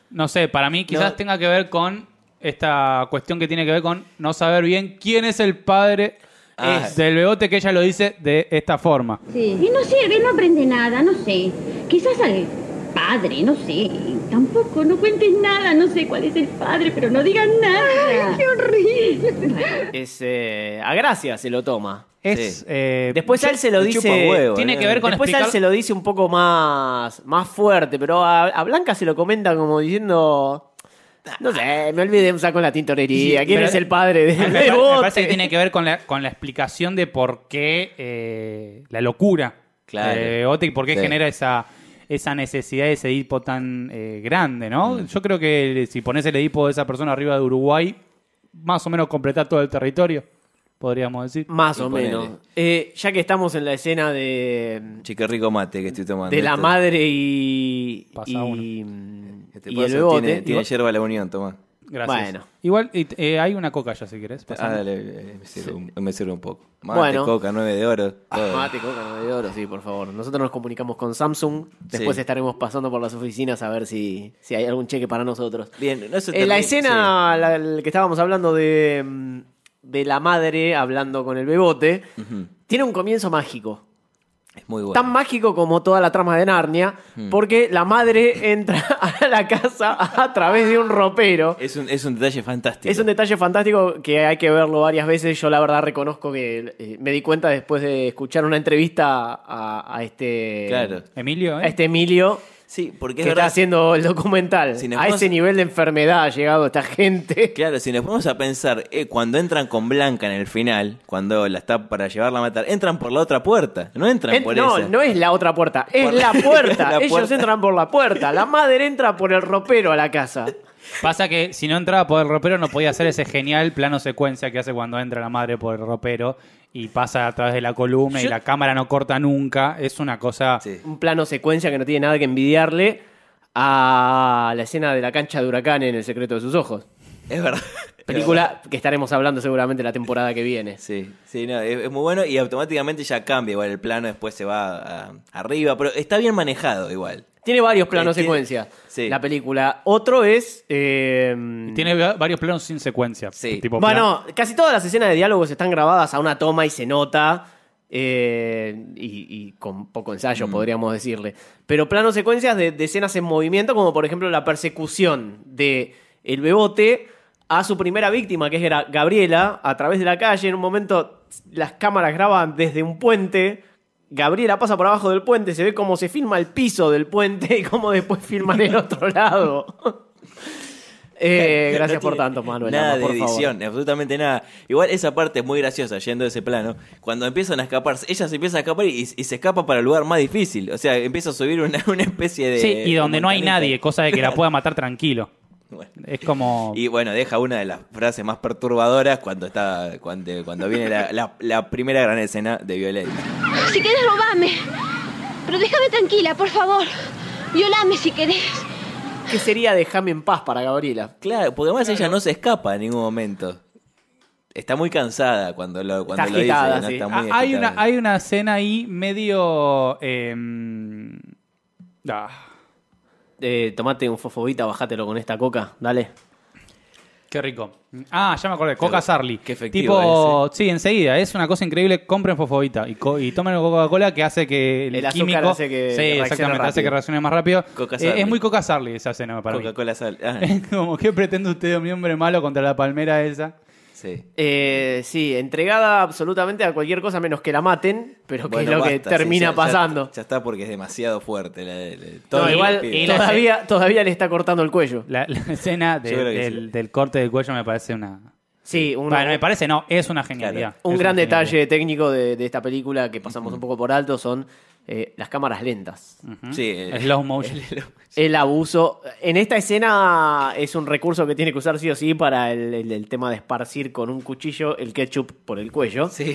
No sé, para mí quizás No. tenga que ver con esta cuestión que tiene que ver con no saber bien quién es el padre Ah. es del bebote que ella lo dice de esta forma. Sí. Y no sirve, no aprende nada, no sé. Quizás al padre, no sé. Tampoco, no cuentes nada, no sé cuál es el padre, pero no digas nada. ¡Qué horrible! [LAUGHS] Es, eh, a gracia se lo toma. Es, Sí. eh, Después a él se lo le dice. chupa un huevo, tiene ¿no? que ver con Después a él explicar- se lo dice un poco más, más fuerte, pero a, a Blanca se lo comenta como diciendo. No sé, me olvidé de un saco en la tintorería. Sí, ¿Quién pero- es [LAUGHS] el padre de, me, del pare- me bote? parece que tiene que ver con la, con la explicación de por qué eh, la locura Claro. del bebote y por qué Sí. genera esa, esa necesidad de ese Edipo tan eh, grande, ¿no? Mm. Yo creo que si pones el Edipo de esa persona arriba de Uruguay, más o menos completar todo el territorio, podríamos decir. Mm. Más o Ponele. menos. Eh, ya que estamos en la escena de, Che, qué rico mate que estoy tomando. de la Este- madre y, Pasa y, este y pozo el bebote. Tiene, tiene Y- yerba la unión, Tomá. Gracias. Bueno. Igual y- eh, hay una coca ya si querés. Ah, pasame. dale, eh, me sirve, un, me sirve un poco. Mate, Bueno. Ah, coca, nueve de oro. todo. Mate, coca, nueve de oro, sí, por favor. Nosotros nos comunicamos con Samsung. Después Sí. estaremos pasando por las oficinas a ver si, si hay algún cheque para nosotros. Bien, no se Eh, la termine- escena la- la que estábamos hablando de, mm, de la madre hablando con el bebote tiene un comienzo mágico. sí, es muy Mm. bueno. Mm. Tan mágico como toda la trama de Narnia, porque la madre [LAUGHS] entra a la casa a través de un ropero. Es un, es un detalle fantástico. Es un detalle fantástico que hay que verlo varias veces. Yo la verdad reconozco que eh, me di cuenta después de escuchar una entrevista a, a este Claro. Emilio, a ¿eh? este Emilio Sí, porque que es está verdad. haciendo el documental. Si nos a vamos- ese nivel de enfermedad ha llegado esta [LAUGHS] gente. Claro, si nos ponemos a pensar, eh, cuando entran con Blanca en el final, cuando la está para llevarla a matar, entran por la otra puerta, no entran En- por no, esa. no es la otra puerta, es Por la, [LAUGHS] la- puerta. la Ellos puerta. entran por la puerta. La madre entra por el ropero a la casa. Pasa que si no entraba por el ropero no podía hacer ese genial plano secuencia que hace cuando entra la madre por el ropero y pasa a través de la columna y Yo- la cámara no corta nunca. Es una cosa... Sí. Un plano secuencia que no tiene nada que envidiarle a la escena de la cancha de huracán en El secreto de sus ojos. Es verdad. Película que estaremos hablando seguramente la temporada que viene. Sí, sí, no, es, es muy bueno y automáticamente ya cambia, igual el plano después se va a- arriba, pero está bien manejado igual. Tiene varios planos Eh, tiene- secuencia sí. la película. Otro es. eh, Tiene va- varios planos sin secuencia. Sí. Tipo plan- bueno, casi todas las escenas de diálogos están grabadas a una toma y se nota. eh, y, y con poco Mm. ensayo, podríamos decirle. Pero plano secuencias de, de escenas en movimiento, como por ejemplo la persecución de el bebote a su primera víctima, que es Gra- Gabriela, a través de la calle. En un momento las cámaras graban desde un puente. Gabriela pasa por abajo del puente, se ve cómo se filma el piso del puente y cómo después filman el otro lado. [LAUGHS] Eh, No gracias tiene por tanto, Manuel. Nada Ama, de por favor. edición, absolutamente nada. Igual esa parte es muy graciosa, yendo de ese plano. Cuando empiezan a escapar, ella se empieza a escapar y, y se escapa para el lugar más difícil. O sea, empieza a subir una, [LAUGHS] una especie de. sí, y donde no hay montanita. nadie, cosa de [LAUGHS] que la pueda matar tranquilo. Bueno. Es como... [LAUGHS] Y bueno, deja una de las frases más perturbadoras cuando está cuando, cuando viene la, la- la primera gran escena de Violeta. Si querés, robame. Pero déjame tranquila, por favor. Violame si querés. ¿Qué sería Déjame en paz para Gabriela? Claro, porque además ella no se escapa en ningún momento. Está muy cansada cuando lo, cuando Está lo dice, agitada, ¿no? sí. Está Ah, muy hay, agitada. una, hay una escena ahí medio... em, ah, Eh, tomate un fofobita, bajátelo con esta coca, dale. Qué rico. Ah, ya me acordé. Coca Sarli. qué efectivo Tipo, sí, enseguida. Es una cosa increíble. Compren fofobita y, co- y tomen Coca-Cola que hace que el, El azúcar químico... hace que sí, reaccione exactamente. rápido. Hace que reaccione más rápido. Coca Eh, Sarli. es muy Coca [LAUGHS] Sarli esa escena para mí. Coca-Cola sal. Ah. Es como, ¿qué pretende usted de mi hombre malo contra la palmera esa? Sí. Eh, sí, entregada absolutamente a cualquier cosa menos que la maten, pero que Bueno, es lo que basta, sí, termina ya- ya- pasando. Ya, está porque es demasiado fuerte. La, la- la- No, todo el igual pibe. y la- todavía, todavía le está cortando el cuello. La, [LAUGHS] la escena de- Yo creo que del, sí. del corte del cuello me parece una. Sí, un, Bueno, me parece no, es una genialidad. Claro. Es un una gran genialidad. detalle técnico de, de esta película que pasamos un poco por alto son eh, las cámaras lentas. Ujú. Sí, eh, [LAUGHS] el- Slow motion. El abuso. En esta escena es un recurso que tiene que usar sí o sí para el, el- el tema de esparcir con un cuchillo el ketchup por el cuello. [LAUGHS] Sí.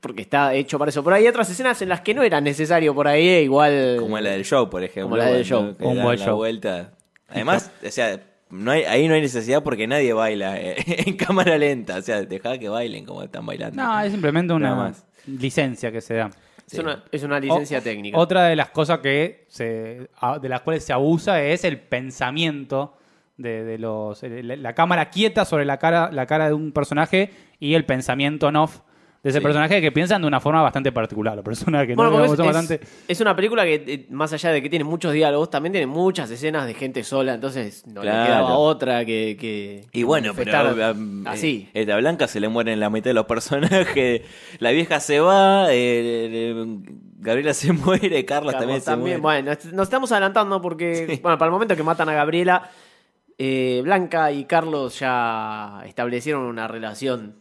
Porque está hecho para eso. Pero hay otras escenas en las que no era necesario por ahí, eh, igual. Como la del show, por ejemplo. Como la del cuando show. que Un dan buen la show. vuelta. Además, o sea, no hay, ahí no hay necesidad porque nadie baila eh, [LAUGHS] en cámara lenta. O sea, dejá que bailen como están bailando. No, es simplemente una Nada más. licencia que se da. Es, una, es una licencia O- técnica. Otra de las cosas que se, a- de las cuales se abusa es el pensamiento de, de los el- la, la cámara quieta sobre la cara la cara de un personaje y el pensamiento en off de ese Sí. personaje que piensan de una forma bastante particular. La persona que Bueno, no le porque gusta es, bastante. es- es una película que, eh, más allá de que tiene muchos diálogos, también tiene muchas escenas de gente sola, entonces no le Claro. quedaba otra que. que Y bueno, pero manifestar um, Así. eh, Eta Blanca se le mueren la mitad de los personajes. [LAUGHS] La vieja se va. eh, eh, Gabriela se [LAUGHS] muere. Carlos, también, Carlos también. se muere. Bueno, est- nos estamos adelantando porque, bueno, para el momento que matan a Gabriela, eh, Blanca y Carlos ya establecieron una relación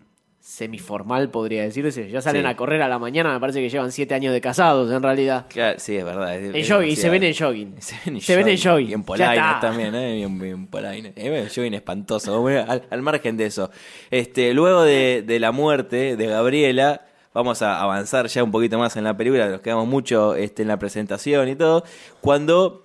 semiformal, podría decirse. Ya salen Sí. a correr a la mañana, me parece que llevan siete años de casados, en realidad. Claro, sí, es verdad. es- En es jogging, y se demasiado. ven en jogging. [LAUGHS] Se ven en Se ven en jogging. Y en Ya polainas está. también, ¿eh? Bien, bien polainas. Eh, bueno, jogging espantoso. Bueno, al, al margen de eso. Este, luego de, de la muerte de Gabriela, vamos a avanzar ya un poquito más en la película, nos quedamos mucho este, en la presentación y todo. Cuando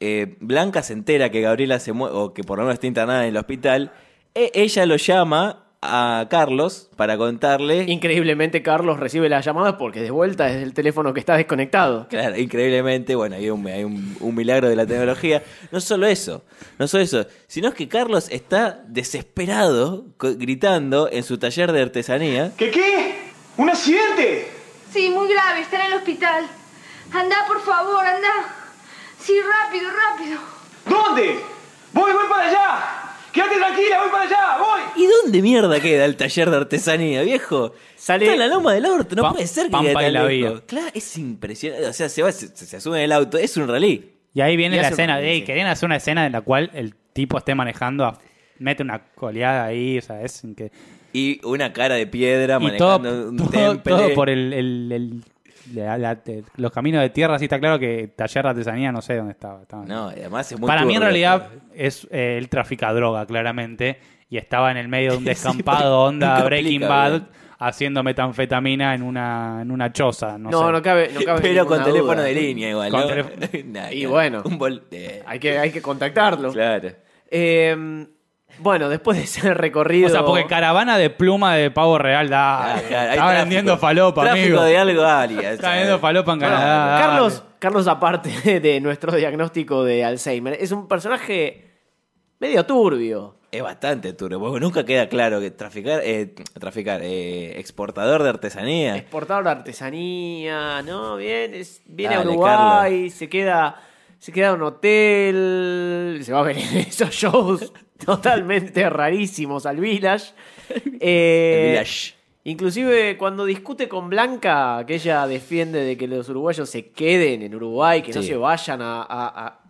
eh, Blanca se entera que Gabriela se muere, o que por lo menos está internada en el hospital, e- ella lo llama a Carlos para contarle. Increíblemente, Carlos recibe las llamadas porque de vuelta es el teléfono que está desconectado. Claro, increíblemente, bueno, hay, un, hay un- un milagro de la tecnología. No solo eso, no solo eso, sino que Carlos está desesperado co- gritando en su taller de artesanía. ¿Qué qué? ¡Un accidente! Sí, muy grave, está en el hospital. Anda, por favor, anda. Sí, rápido, rápido. ¿Dónde? ¡Voy, voy para allá! ¡Quédate tranquila, voy para allá! ¡Voy! ¿Y dónde mierda queda el taller de artesanía, viejo? Sale- Está en la loma del orto, no Pam- puede ser que Pampa quede tan y la lejos. vía. Claro, es impresionante. O sea, se, va, se, se sube en el auto, es un rally. Y ahí viene Y la hace escena una de, licencia. querían hacer una escena en la cual el tipo esté manejando, a- mete una coleada ahí, o sea, es que Y una cara de piedra y manejando todo, un todo- temple. todo por el, el- el- la- la- te- los caminos de tierra, sí está claro que taller de artesanía no sé dónde estaba. estaba- No, y además es muy Para mí en turbio. realidad es eh, él trafica droga, claramente, y estaba en el medio de [LAUGHS] un descampado porque onda nunca Breaking explica Bad bien. haciendo metanfetamina en una, en una choza, no, No, no, sé. cabe. No cabe Pero con ninguna teléfono duda. de línea igual, Con ¿no? [LAUGHS] teléfono- Nah, Y claro. bueno. Un vol- eh, Hay que, hay que contactarlo. Claro. Eh, bueno, después de ese recorrido. O sea, porque caravana de pluma de pavo real, da. Ah, claro, hay estaba tráfico. vendiendo falopa, Tráfico amigo. de eh. algo, Ali. Está vendiendo falopa en Bueno, Ah, Canadá. dale. Carlos, Carlos, aparte [LAUGHS] de nuestro diagnóstico de Alzheimer, es un personaje medio turbio. Es bastante turbio. porque nunca queda claro que traficar, eh, traficar, eh, exportador de artesanía. Exportador de artesanía, ¿no? Bien, es- viene Dale, a Uruguay, se queda. Se queda en un hotel, se va a ver [LAUGHS] en esos shows totalmente rarísimos al Village. Eh, El village. Inclusive cuando discute con Blanca, que ella defiende de que los uruguayos se queden en Uruguay, que no Sí. se vayan a, a- a-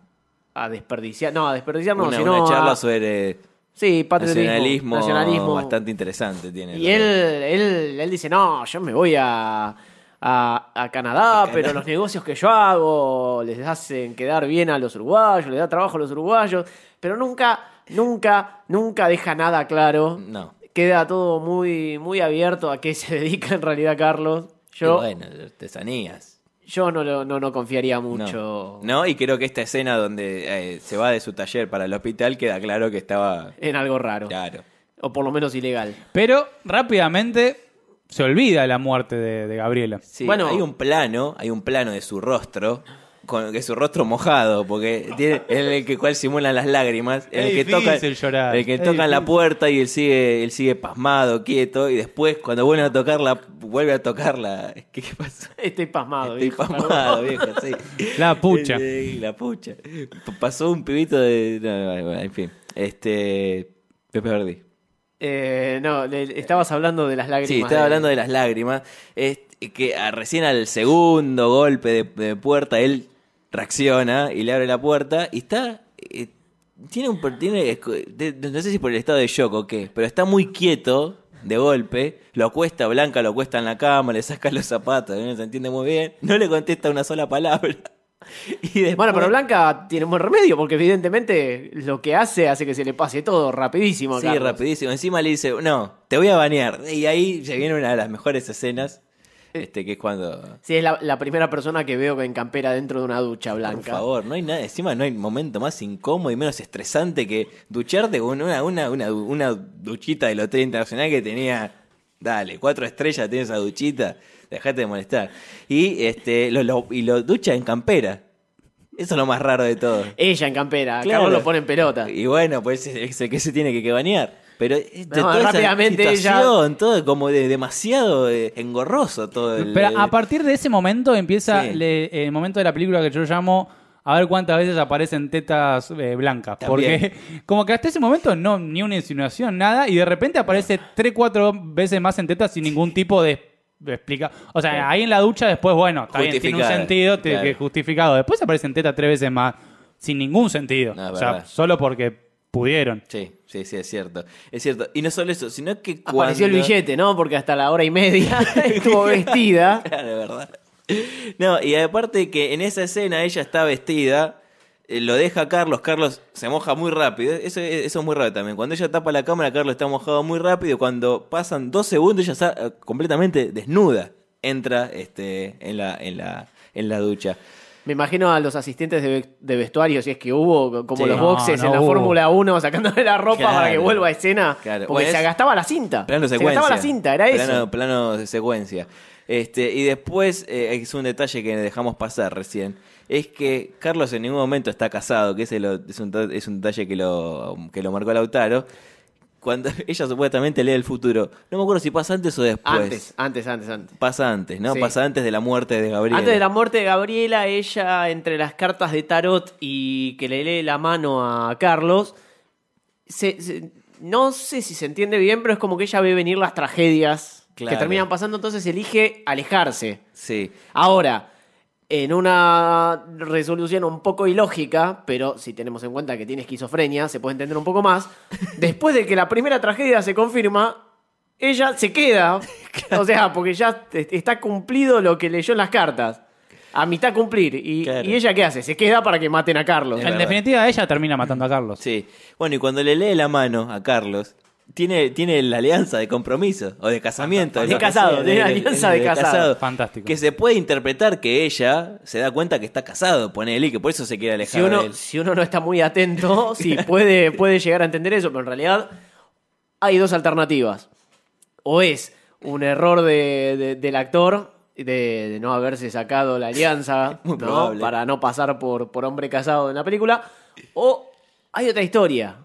a desperdiciar, no, a desperdiciar no, una, sino una charla a- sobre sí, patriotismo, nacionalismo, nacionalismo. bastante interesante tiene. Y él, él, él dice, no, yo me voy a, a- a Canadá, pero los negocios que yo hago les hacen quedar bien a los uruguayos, les da trabajo a los uruguayos, pero nunca, nunca, nunca deja nada claro No. queda todo muy, muy abierto a qué [LAUGHS] se dedica en realidad Carlos. Y Yo, bueno, artesanías. yo no, lo- no, no confiaría mucho No. No, y creo que esta escena donde eh, se va de su taller para el hospital queda claro que estaba. en algo raro. Claro. O por lo menos ilegal. [LAUGHS] Pero rápidamente se olvida la muerte de, de Gabriela. Sí, Bueno. hay un plano, hay un plano de su rostro, con que es su rostro mojado, porque tiene [LAUGHS] en el que cual simulan las lágrimas, en Es el que toca, difícil llorar, el que es tocan la difícil. puerta y él sigue, él sigue pasmado, quieto, y después cuando vuelve a tocarla, vuelve a tocarla. ¿Qué, qué pasó? Estoy pasmado. Estoy viejo, pasmado, perdón. viejo, sí. [LAUGHS] La pucha. Eh, La pucha. P- Pasó un pibito de. no, no, bueno, en fin. Este. Me perdí. Eh, no, le- estabas hablando de las lágrimas. Sí, estaba de- hablando de las lágrimas. Es que a- recién al segundo golpe de, de puerta él reacciona y le abre la puerta y está. eh, tiene un. per- Tiene, esco- de- de- no sé si por el estado de shock o qué, pero está muy quieto de golpe. Lo acuesta, Blanca lo acuesta en la cama, le saca los zapatos, no se entiende muy bien. No le contesta una sola palabra. [LAUGHS] Y después, Bueno, pero Blanca tiene un buen remedio porque evidentemente lo que hace hace que se le pase todo rapidísimo. a Sí, Carlos. rapidísimo. Encima le dice, no, te voy a banear. Y ahí se viene una de las mejores escenas. Este, que es cuando. Sí, es la, la primera persona que veo que encampera dentro de una ducha blanca. Por favor, no hay nada, encima no hay momento más incómodo y menos estresante que ducharte con una, una, una, du- una duchita del Hotel Internacional que tenía, dale, cuatro estrellas tiene esa duchita, dejate de molestar. Y este lo, lo- y lo ducha en campera. Eso es lo más raro de todo. Ella en campera, Claro. Carlos lo pone en pelota. Y bueno, pues es el que se tiene que, que bañar. Pero este, No, toda esa rápidamente ella- situación, todo como de, demasiado eh, engorroso todo el- Pero a el- partir de ese momento empieza Sí. le- el momento de la película que yo llamo a ver cuántas veces aparecen tetas eh, blancas. También. Porque [LAUGHS] como que hasta ese momento no, ni una insinuación, nada, y de repente aparece tres, cuatro veces más en tetas sin ningún tipo de, de explica. O sea, ahí en la ducha después, bueno, está bien, tiene un Justificada, sentido te- claro. que justificado. Después aparecen tetas tres veces más sin ningún sentido. No, es o sea, verdad. solo porque pudieron. Sí, sí, sí, es cierto. Es cierto. Y no solo eso, sino que cuando... Apareció el billete, ¿no? Porque hasta la hora y [LAUGHS] media estuvo vestida. Claro, de verdad. No, y aparte que en esa escena ella está vestida, eh, lo deja a Carlos, Carlos se moja muy rápido, e-, eso, eso es muy raro también. Cuando ella tapa la cámara, Carlos está mojado muy rápido, cuando pasan dos segundos ella está eh, completamente desnuda, entra este, en, la, en, la, en la ducha. Me imagino a los asistentes de, ve- de vestuario, si es que hubo, como Sí. los No, boxes no en la hubo. Fórmula 1, sacándole la ropa para que Claro. vuelva a escena. Claro. Porque Bueno, se es- gastaba la cinta. Plano se secuencia. gastaba la cinta, era plano, eso. Plano de secuencia. Este, y después, eh, es un detalle que dejamos pasar recién, es que Carlos en ningún momento está casado, que ese lo- es, un, to- es un detalle que lo, que lo marcó Lautaro. Cuando [LAUGHS] ella supuestamente lee el futuro, no me acuerdo si pasa antes o después. Antes, antes, antes, antes. Pasa antes, ¿no? Sí. Pasa antes de la muerte de Gabriel. Antes de la muerte de Gabriela, ella entre las cartas de tarot y que le lee la mano a Carlos, se- se- no sé si se entiende bien, pero es como que ella ve venir las tragedias que Claro. terminan pasando, entonces elige alejarse. Sí. Ahora, en una resolución un poco ilógica, pero si tenemos en cuenta que tiene esquizofrenia, se puede entender un poco más, después de que la primera tragedia se confirma, ella se queda, o sea, porque ya est- está cumplido lo que leyó en las cartas. A mitad cumplir. Y, Claro. y ella qué hace? Se queda para que maten a Carlos. Es En verdad. definitiva, ella termina matando a Carlos. Sí. Bueno, y cuando le lee la mano a Carlos, tiene, tiene la alianza de compromiso o de casamiento. De lo que casado, sea, tiene la alianza de casado. Fantástico. Que se puede interpretar que ella se da cuenta que está casado, ponele, y que por eso se quiere alejar Si de uno, él. si uno no está muy atento, [LAUGHS] sí, puede, puede llegar a entender eso, pero en realidad hay dos alternativas. O es un error de- de- del actor de, de no haberse sacado la alianza [LAUGHS] Muy ¿no? probable. para no pasar por, por hombre casado en la película, o hay otra historia.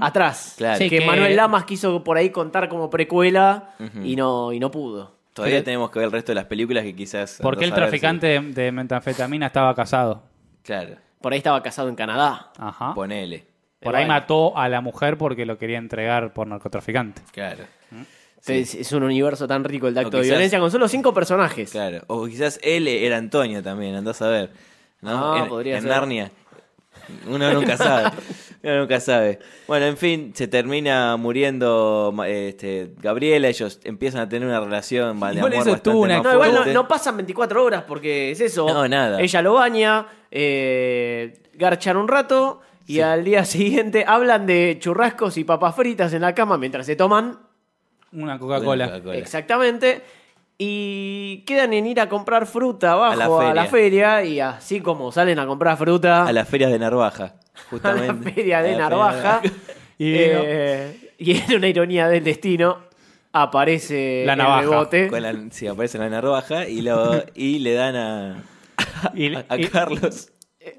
Atrás, Claro. que, Sí, que- Manuel Lamas quiso por ahí contar como precuela y, no, y no pudo. Todavía Pero- tenemos que ver el resto de las películas que quizás. Porque el andás a ver traficante de, de metanfetamina estaba casado. si- Claro, Por ahí estaba casado en Canadá. Ajá. Por ponele. ahí bueno. mató a la mujer porque lo quería entregar por narcotraficante. Claro, Entonces, Es un universo tan rico el de O acto de quizás- violencia con solo cinco personajes. claro. O quizás él era Antonio también, andás a ver. ¿No? Ah, en, podría en ser. Narnia. Uno nunca sabe. Uno nunca sabe. Bueno, en fin, se termina muriendo ma- este, Gabriela. Ellos empiezan a tener una relación de Igual amor eso bastante estuvo una- más No, igual no, fuerte. no pasan 24 horas porque es eso. No, nada. Ella lo baña, eh, garchan un rato y al día [LAUGHS] siguiente hablan de churrascos y papas fritas en la cama mientras se toman. Una Coca-Cola. Una Coca-Cola. Exactamente. Y quedan en ir a comprar fruta abajo a la, feria. feria y así como salen a comprar fruta A las ferias de Narvaja, [LAUGHS] a justamente. la feria de A la Narvaja. [LAUGHS] Y eh, y en una ironía del destino aparece La el navaja. de bebote. Narvaja. Con la- sí, aparece la Narvaja y, lo, y le dan a, Y- a, a y- Carlos.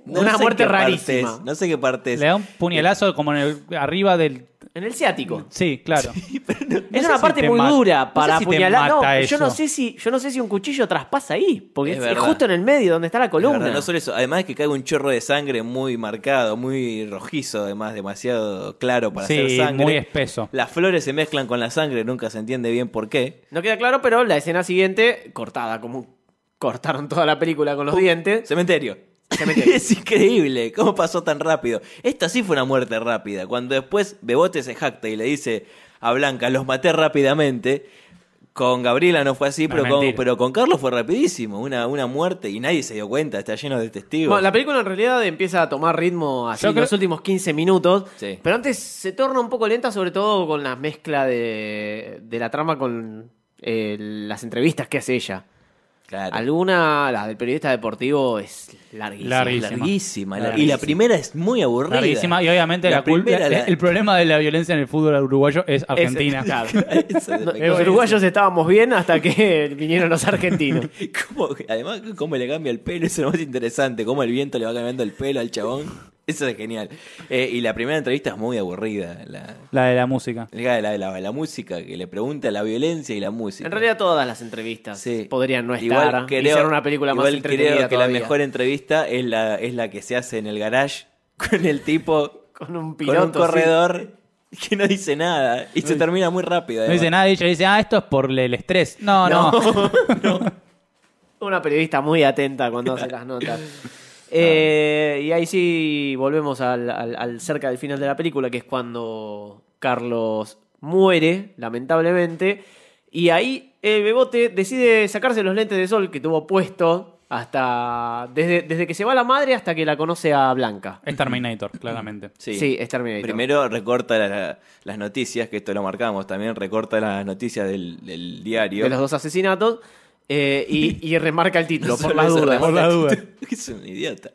una muerte qué parte rarísima. es, no sé qué parte es. Le da un puñalazo como en el, arriba del En el ciático. Sí, claro. es sé una si parte te muy ma- dura no para sé si te apuñalar. No, mata yo eso. no sé si, yo no sé si un cuchillo traspasa ahí, porque Es es, verdad. justo en el medio donde está la La columna. verdad, no solo eso, además que cae un chorro de sangre muy marcado, muy rojizo, además demasiado claro para Sí, hacer sangre. muy espeso. Las flores se mezclan con la sangre, nunca se entiende bien por qué. No queda claro, pero la escena siguiente, cortada, como cortaron toda la película con los dientes. Cementerio. Eh. Cementerio. es increíble cómo pasó tan rápido. Esta sí fue una muerte rápida. Cuando después Bebote se jacta y le dice a Blanca, los maté rápidamente. Con Gabriela no fue así, pero, con, mentira. pero con Carlos fue rapidísimo. Una, una muerte y nadie se dio cuenta, está lleno de testigos. Bueno, la película en realidad empieza a tomar ritmo así Yo en creo- los últimos 15 minutos. Sí. Pero antes se torna un poco lenta, sobre todo con la mezcla de, de la trama con eh, las entrevistas que hace ella. Claro. Alguna, la del periodista deportivo, es larguísima. Larguísima. Larguísima. la- Y Larguísima. la primera es muy aburrida. Rarísima. Y obviamente la, culpa- primera, la- [LAUGHS] el problema de la violencia en el fútbol uruguayo es Es- [LAUGHS] Argentina. claro. [LAUGHS] Eso es- Los uruguayos estábamos bien hasta que [LAUGHS] vinieron los [LAUGHS] argentinos. [LAUGHS] Cómo- además, cómo le cambia el pelo, eso es lo más interesante. Cómo el viento le va cambiando el pelo al chabón. Eso es genial. Eh, y la primera entrevista es muy aburrida. La, La de la música. Eh, la, la, la- la música, que le pregunta la violencia y la música. En realidad todas las entrevistas Sí. podrían no estar Igual y ser una película más igual entretenida creo que la todavía. mejor entrevista es la, es la que se hace en el garage con el tipo, con un con piloto un sí. corredor que no dice nada. Y se termina muy rápido. No dice además. nada y ella dice, ah, esto es por el estrés. No, no. Una periodista muy atenta cuando hace las [LAUGHS] notas. Eh, y ahí sí volvemos al, al- al cerca del final de la película, que es cuando Carlos muere, lamentablemente. Y ahí el Bebote decide sacarse los lentes de sol que tuvo puesto hasta desde, desde que se va la madre hasta que la conoce a Blanca. [LAUGHS] Es Terminator, claramente. Sí. Sí, es Terminator. Primero recorta la- la- las noticias, que esto lo marcamos también, recorta las noticias del, del diario. de los dos asesinatos eh, y, y remarca el título, por Solo las eso, dudas. remarca Por la el duda. título. [LAUGHS] es un idiota.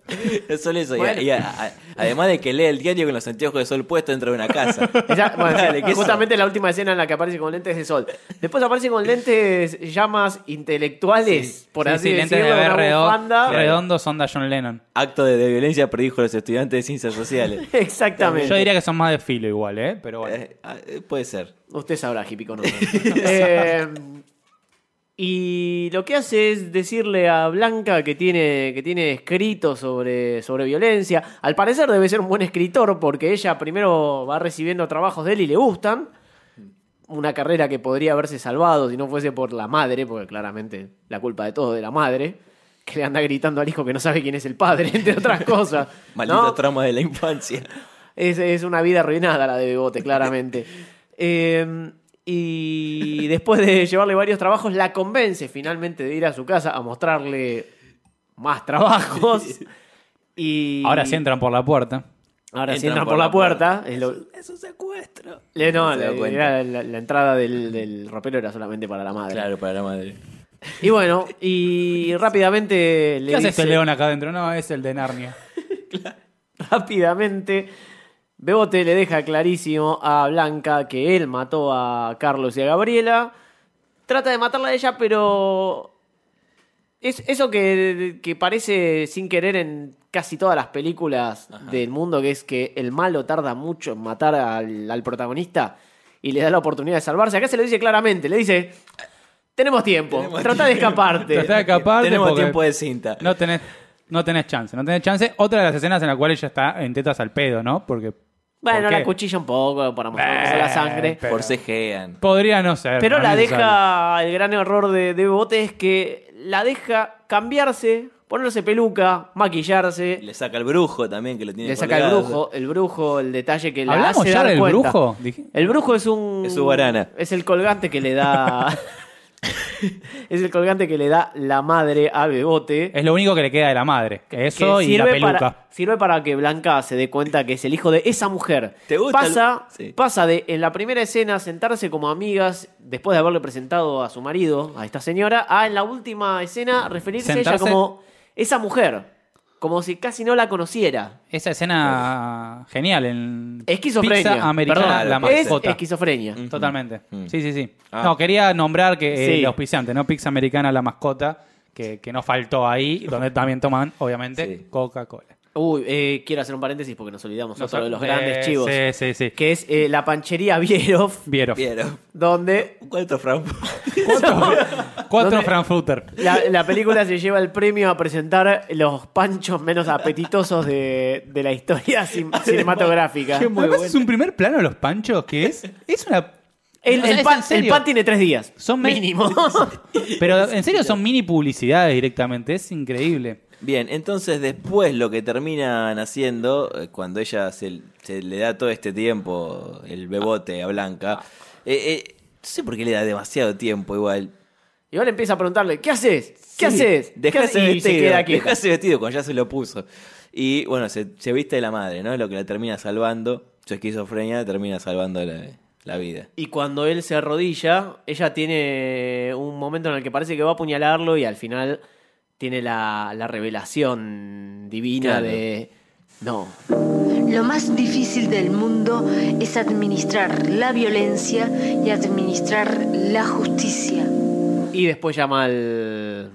No solo eso, y a- Bueno. y a- a- además de que lee el diario con los anteojos de sol puestos dentro de una [LAUGHS] casa. [LAUGHS] Esa- bueno, Dale, ¿qué justamente la última escena en la que aparece con lentes de sol. Después aparece con lentes llamas intelectuales, [LAUGHS] por Sí, así sí, lentes decirlo, una bufanda. redondo son de John Lennon. Acto de, de violencia predijo los estudiantes de ciencias sociales. Exactamente. Yo diría que son más de filo igual, ¿eh? Pero bueno. Eh, ah, eh, puede ser. Usted sabrá, hippie con nosotros. Eh, y lo que hace es decirle a Blanca que tiene, que tiene escrito sobre, sobre violencia. Al parecer debe ser un buen escritor porque ella primero va recibiendo trabajos de él y le gustan. Una carrera que podría haberse salvado si no fuese por la madre, porque claramente la culpa de todo es de la madre, que le anda gritando al hijo que no sabe quién es el padre, [LAUGHS] entre otras cosas. Maldito ¿no? tramo de la infancia. Es, es una vida arruinada la de Bebote, claramente. Eh, y después de llevarle varios trabajos, la convence finalmente de ir a su casa a mostrarle más trabajos. Y Ahora sí entran por la puerta. Ahora sí entran por la puerta. Es, lo- Es un secuestro. le- no, Se da le- cuenta. era la, la entrada del, del ropero era solamente para la madre. Claro, para la madre. Y bueno, y rápidamente le ¿Qué hace dice- este león acá adentro? No, es el de Narnia. [LAUGHS] rápidamente. Bebote le deja clarísimo a Blanca que él mató a Carlos y a Gabriela. Trata de matarla a ella, pero. Es eso que, que parece sin querer en casi todas las películas del mundo, que es que el malo tarda mucho en matar al, al protagonista y le da la oportunidad de salvarse. Acá se lo dice claramente, le dice. Tenemos tiempo, Tenemos trata de escaparte. Tratá de escaparte Tenemos porque tiempo de cinta. No tenés, no tenés chance, no tenés chance. Otra de las escenas en la cual ella está en tetas al pedo, ¿no? Porque Bueno, ¿por la qué? Eh, cuchilla un poco para mostrar la sangre. pero- Por cejean. podría no ser. Pero no la es necesario. deja, el gran error de, de Bebote es que la deja cambiarse, ponerse peluca, maquillarse, Le saca el brujo también, que lo tiene le saca el colgado. brujo, el brujo, el detalle que la ¿Hablamos hace ya dar del cuenta. brujo? Dije- El brujo es un... Es su guarana. Es el colgante que le da... [LAUGHS] [LAUGHS] es el colgante que le da la madre a Bebote. Es lo único que le queda de la madre. que Eso y la peluca. Para, sirve para que Blanca se dé cuenta que es el hijo de esa mujer. ¿Te gusta Pasa, el- sí. pasa de en la primera escena sentarse como amigas después de haberle presentado a su marido, a esta señora, a en la última escena referirse a ella Sentarse- como esa mujer. Como si casi no la conociera. Esa escena genial en Esquizofrenia. Pizza americana, Perdón, la es mascota. esquizofrenia. Totalmente. Mm. Sí, sí, sí. Ah. No, quería nombrar que eh, Sí. el auspiciante, ¿no? Pizza americana, la mascota, que, que no faltó ahí, donde también toman, obviamente, Sí. Coca-Cola. Uy, eh, quiero hacer un paréntesis porque nos olvidamos otro de los Eh, grandes chivos. Sí, sí, sí. Que es eh, la panchería Vierov, Vieron. Vieron. [LAUGHS] donde Cuatro Frankfurt. Cuatro ¿Dónde- Frankfurter. la, la película se lleva el premio a presentar los panchos menos apetitosos de, de la historia [LAUGHS] cin- cinematográfica. Además, es un primer plano de los panchos que es. Es una. El, O sea, el es pan, en serio. el pan tiene tres días. Son me- [LAUGHS] mínimo. Pero en serio son mini publicidades directamente. Es increíble. [LAUGHS] Bien, entonces después lo que terminan haciendo, eh, cuando ella se, se le da todo este tiempo, el bebote a Blanca, eh, eh, no sé por qué le da demasiado tiempo igual. Igual empieza a preguntarle, ¿qué haces? ¿Qué Sí, haces? ¿Qué Dejá haces? ese Y se vestido, queda quieta. dejá ese vestido cuando ya se lo puso. Y bueno, se, se viste de la madre, ¿no? Lo que la termina salvando, su esquizofrenia termina salvando la, la vida. Y cuando él se arrodilla, ella tiene un momento en el que parece que va a apuñalarlo y al final tiene la, la revelación divina Claro. de... No, Lo más difícil del mundo es administrar la violencia y administrar la justicia. Y después llama al,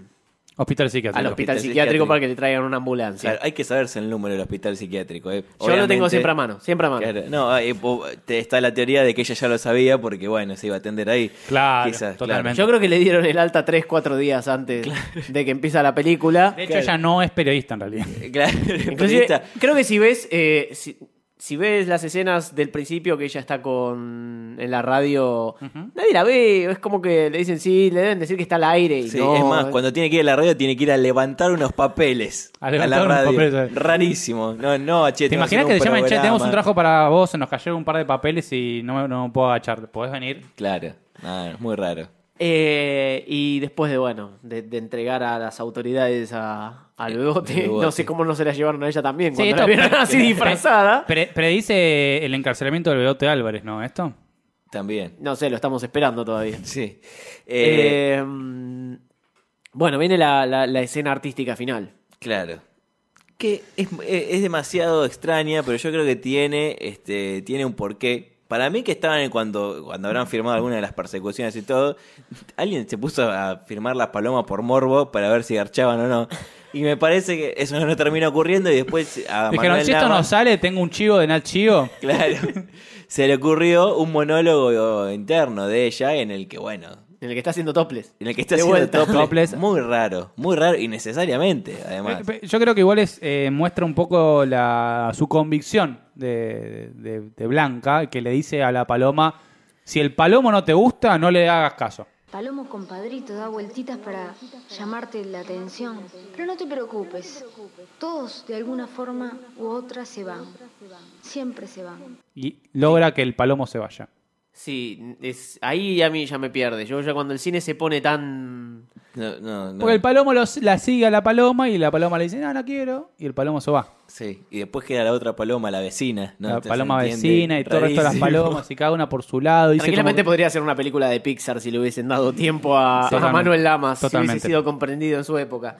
Hospital psiquiátrico. al hospital psiquiátrico hospital psiquiátrico. para que le traigan una ambulancia. Claro, hay que saberse el número del hospital psiquiátrico. eh. Yo lo tengo Obviamente- siempre a mano, siempre a mano. Claro, No, eh, po- te- está la teoría de que ella ya lo sabía porque, bueno, se iba a atender ahí. Claro, Quizás, totalmente. Yo creo que le dieron el alta 3, 4 días antes de que empieza la [LAUGHS] película. De hecho, ella no es periodista [LAUGHS] en realidad. Claro, [LAUGHS] Claro, el Inclusive, periodista- creo que si ves, eh, si, si ves las escenas del principio que ella está con en la radio, nadie la ve, es como que le dicen sí, le deben decir que está al aire. Y Sí, no, es más, eh. cuando tiene que ir a la radio tiene que ir a levantar unos papeles A a, levantar la unos radio. papeles. eh. Rarísimo. No, no, che, ¿Te tengo imaginas hacer un que te llaman, che, programa". tenemos un trabajo para vos, se nos cayeron un par de papeles y no, me- no puedo agachar? ¿Podés venir? Claro, no, es muy raro. Eh, y después de, bueno, de, de entregar a las autoridades a- Eh, al bebote, El [LAUGHS] bebote. no sé cómo no se la llevaron a ella también, Sí, cuando esto- la vieron [LAUGHS] así pre- disfrazada. pre- predice el encarcelamiento del Bedote Álvarez, ¿no? ¿Esto? También. No sé, lo estamos esperando todavía. Sí. Eh, Eh, mm, bueno, viene la, la- la escena artística final. Claro. Que es, eh, es demasiado extraña, pero yo creo que tiene, este, tiene un porqué. Para mí que estaban en cuando, cuando habrán firmado alguna de las persecuciones y todo, alguien se puso a firmar las palomas por morbo para ver si garchaban o no. Y me parece que eso no termina ocurriendo y después a Dijeron, Manuel si esto Lama- no sale, tengo un chivo de Nat Chivo. Claro. Se le ocurrió un monólogo interno de ella en el que, bueno, En el que está haciendo toples. en el que está De haciendo vuelta. topless. Topless. Muy raro, muy raro, innecesariamente, además. Eh, pe- Yo creo que igual es, eh, muestra un poco la, su convicción de, de- de Blanca, que le dice a la paloma, si el palomo no te gusta, no le hagas caso. Palomo compadrito da vueltitas para llamarte la atención. Pero no te preocupes, todos de alguna forma u otra se van. Siempre se van. Y logra que el palomo se vaya. Sí, es, ahí a mí ya me pierde. Yo ya cuando el cine se pone tan... No, no, no. Porque el palomo los- la sigue a la paloma y la paloma le dice, no, no quiero, y el palomo se va. Sí, y después queda la otra paloma, la vecina. ¿no? la ¿Se paloma entiende? vecina y todo el resto de las Rarísimo. palomas y cada una por su lado. Dice Tranquilamente como podría ser una película de Pixar si le hubiesen dado tiempo a, Sí, a totalmente. Manuel Lamas, si Totalmente. hubiese sido comprendido en su época.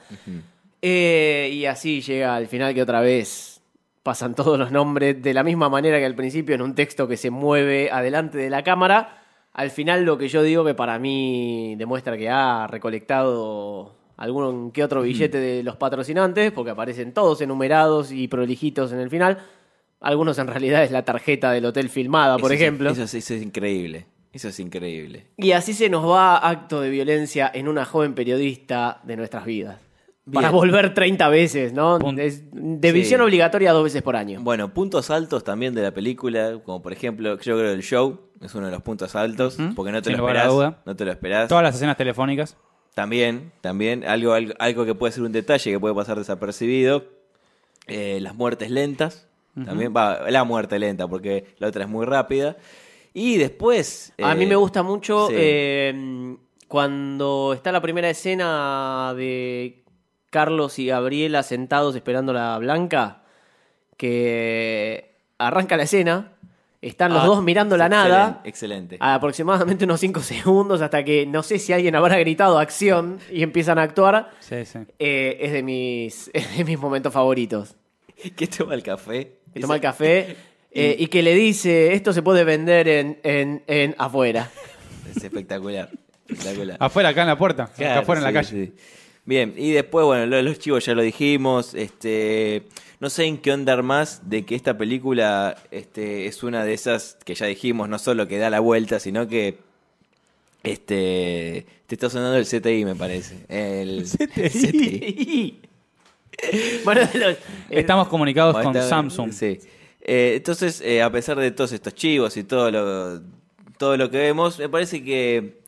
Eh, y así llega al final que otra vez pasan todos los nombres de la misma manera que al principio en un texto que se mueve adelante de la cámara. Al final lo que yo digo que para mí demuestra que ha recolectado algún que otro billete de los patrocinantes, porque aparecen todos enumerados y prolijitos en el final. Algunos en realidad es la tarjeta del hotel filmada, por [LAUGHS] Eso es- ejemplo. eso, es, eso es increíble. Eso es increíble. Y así se nos va acto de violencia en una joven periodista de nuestras vidas. Para Bien. volver 30 veces, ¿no? Pun- Es de Sí. visión obligatoria dos veces por año. Bueno, puntos altos también de la película, como por ejemplo, yo creo el show es uno de los puntos altos, Ujú. porque no te Sin lo lugar a esperás. duda. No te lo esperás. Todas las escenas telefónicas. También, también, algo, algo, algo que puede ser un detalle que puede pasar desapercibido. Eh, las muertes lentas. También, va, la muerte lenta, porque la otra es muy rápida. Y después. A eh, mí me gusta mucho sí. eh, cuando está la primera escena de Carlos y Gabriela sentados esperando a la Blanca, que arranca la escena, están los Ah, dos mirando la excelente, nada. Excelente. a aproximadamente unos 5 [LAUGHS] segundos hasta que no sé si alguien habrá gritado acción y empiezan a actuar. Sí, sí. Eh, es, de mis, [LAUGHS] es de mis momentos favoritos. [LAUGHS] Que toma el café. Que toma el café eh, y que le dice, esto se puede vender en, en, en afuera. [LAUGHS] [LAUGHS] Es espectacular. espectacular. Afuera, acá en la puerta. acá Claro, afuera en la sí, calle. sí. Bien, y después, bueno, lo de los chivos ya lo dijimos. Este, no sé en qué onda más de que esta película este, es una de esas que ya dijimos, no solo que da la vuelta, sino que este, te está sonando el CTI, me parece. [LAUGHS] El CTI. Bueno, los- Estamos comunicados con Está- Samsung. Sí. Eh, entonces, eh, a pesar de todos estos chivos y todo lo, todo lo que vemos, me parece que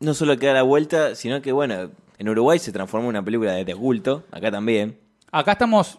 no solo queda la vuelta, sino que, bueno, en Uruguay se transformó en una película de culto, acá también. Acá estamos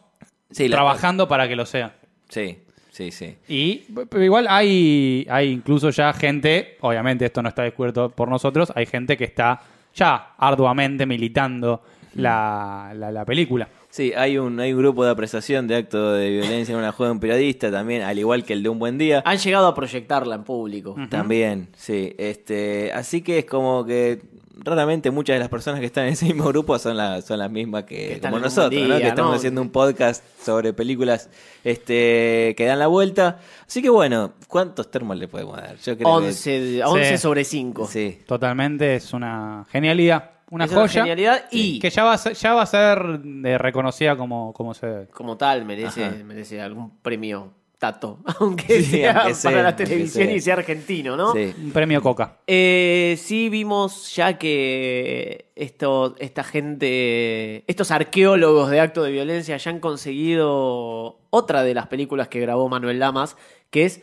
Sí, la- trabajando para que lo sea. Sí, sí, sí. Y pero igual hay, hay incluso ya gente, obviamente esto no está descubierto por nosotros, hay gente que está ya arduamente militando la, la- la película. Sí, hay un, hay un grupo de apreciación de acto de violencia en una joven periodista también, al igual que el de Un Buen Día. han llegado a proyectarla en público. Mm. También, sí. Este, así que es como que raramente muchas de las personas que están en ese mismo grupo son, las son las mismas que, están como en un nosotros, ¿no? día, Que estamos ¿no? haciendo un podcast sobre películas este, que dan la vuelta. Así que bueno, ¿cuántos termos le podemos dar? Yo creo 11, de- 11 Sí. sobre que... 5. Sí. Totalmente es una genialidad, una Es una joya. genialidad y- Que ya va a ser, ya va a ser eh, reconocida como, como se debe. Como tal, merece, Ajá. merece algún premio tato, [LAUGHS] aunque Sí, sea aunque sea, para la aunque televisión sea. y sea argentino, ¿no? sí. Un premio Coca. Eh, sí vimos ya que esto, esta gente, estos arqueólogos de acto de violencia ya han conseguido otra de las películas que grabó Manuel Lamas, que es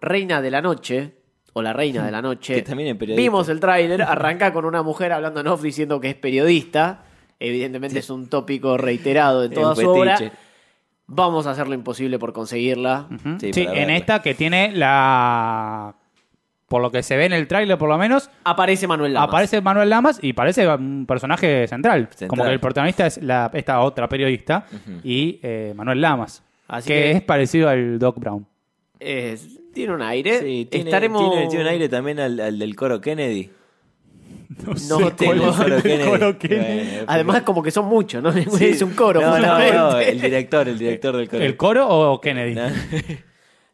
Reina de la Noche, o La Reina [LAUGHS] de la Noche. Que también es periodista. Vimos el tráiler, arranca con una mujer hablando en off diciendo que es periodista. Evidentemente es un tópico reiterado en toda Un su obra. Eh, fetiche. Vamos a hacer lo imposible por conseguirla. Sí, ¿Mm? Sí, para en verla. esta que tiene la... Por lo que se ve en el tráiler por lo menos, Aparece Manuel Lamas. Aparece Manuel Lamas y parece un personaje central. Central. Como que el protagonista es la, esta otra periodista y eh, Manuel Lamas. Así que, que- es parecido al [LAUGHS] Doc Brown. Eh, tiene un aire. Sí, tiene, Estaremos... tiene, tiene un aire también al, al del [LAUGHS] coro Kennedy. No Tiene el tengo- coro Kennedy. coro Kennedy. Bueno, Además, como que son muchos, ¿no? [LAUGHS] sí. Es un coro. No, no, justamente. no, el director, el director del coro. ¿El coro o Kennedy? No.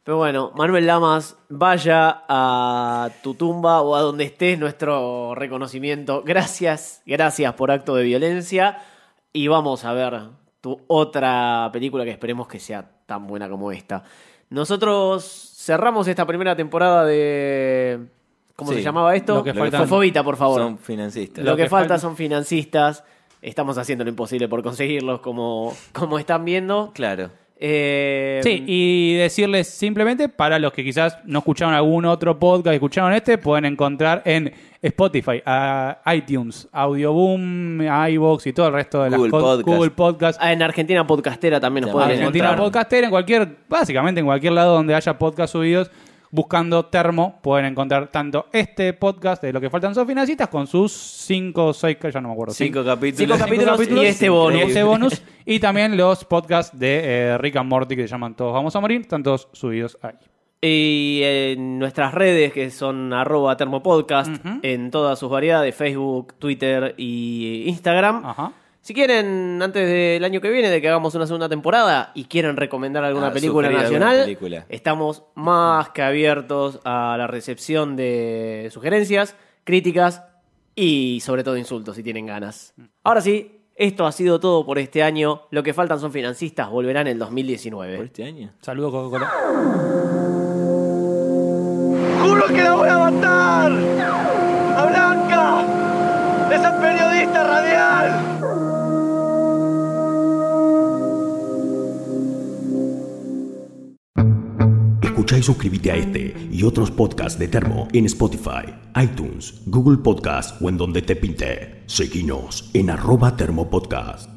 Pero bueno, Manuel Lamas, vaya a tu tumba o a donde estés nuestro reconocimiento. Gracias, gracias por acto de violencia. Y vamos a ver tu otra película que esperemos que sea tan buena como esta. Nosotros cerramos esta primera temporada de... ¿Cómo Sí, se llamaba esto? lo que faltan- Fofobita, por favor. Son financistas. Lo, que, que falta falta- son financistas. Estamos haciendo lo imposible por conseguirlos, como, como están viendo. Claro. Eh, Sí, y decirles simplemente para los que quizás no escucharon algún otro podcast, escucharon este, pueden encontrar en Spotify, ah, iTunes, Audioboom, iBox y todo el resto de Google las cosas. Podcast. Google Podcast. En Argentina Podcastera también nos Llamar pueden a Argentina encontrar. Podcaster, en cualquier, básicamente en cualquier lado donde haya podcast subidos, buscando termo, pueden encontrar tanto este podcast de lo que faltan son financistas con sus cinco o seis, ya no me acuerdo. Cinco capítulos. Cinco capítulos y este bonus. Y ese bonus. Y también los podcasts de eh, Rick and Morty que se llaman Todos Vamos a Morir, están todos subidos ahí. Y en nuestras redes, que son arroba termopodcast, en todas sus variedades, Facebook, Twitter y Instagram. Ajá. Si quieren, antes del año que viene, de que hagamos una segunda temporada y quieren recomendar alguna Ah, película sugerir alguna nacional, película. estamos más que abiertos a la recepción de sugerencias, críticas y sobre todo insultos si tienen ganas. Ahora sí, esto ha sido todo por este año. Lo que faltan son financistas, volverán en el 2019. ¿Por este año? Saludos, Coca-Cola. ¡Juro que la voy a matar! ¡A Blanca! ¡Esa periodista radial! Escucha y suscríbete a este y otros podcasts de Termo en Spotify, iTunes, Google Podcast o en donde te pinte. Seguinos en arroba termopodcast.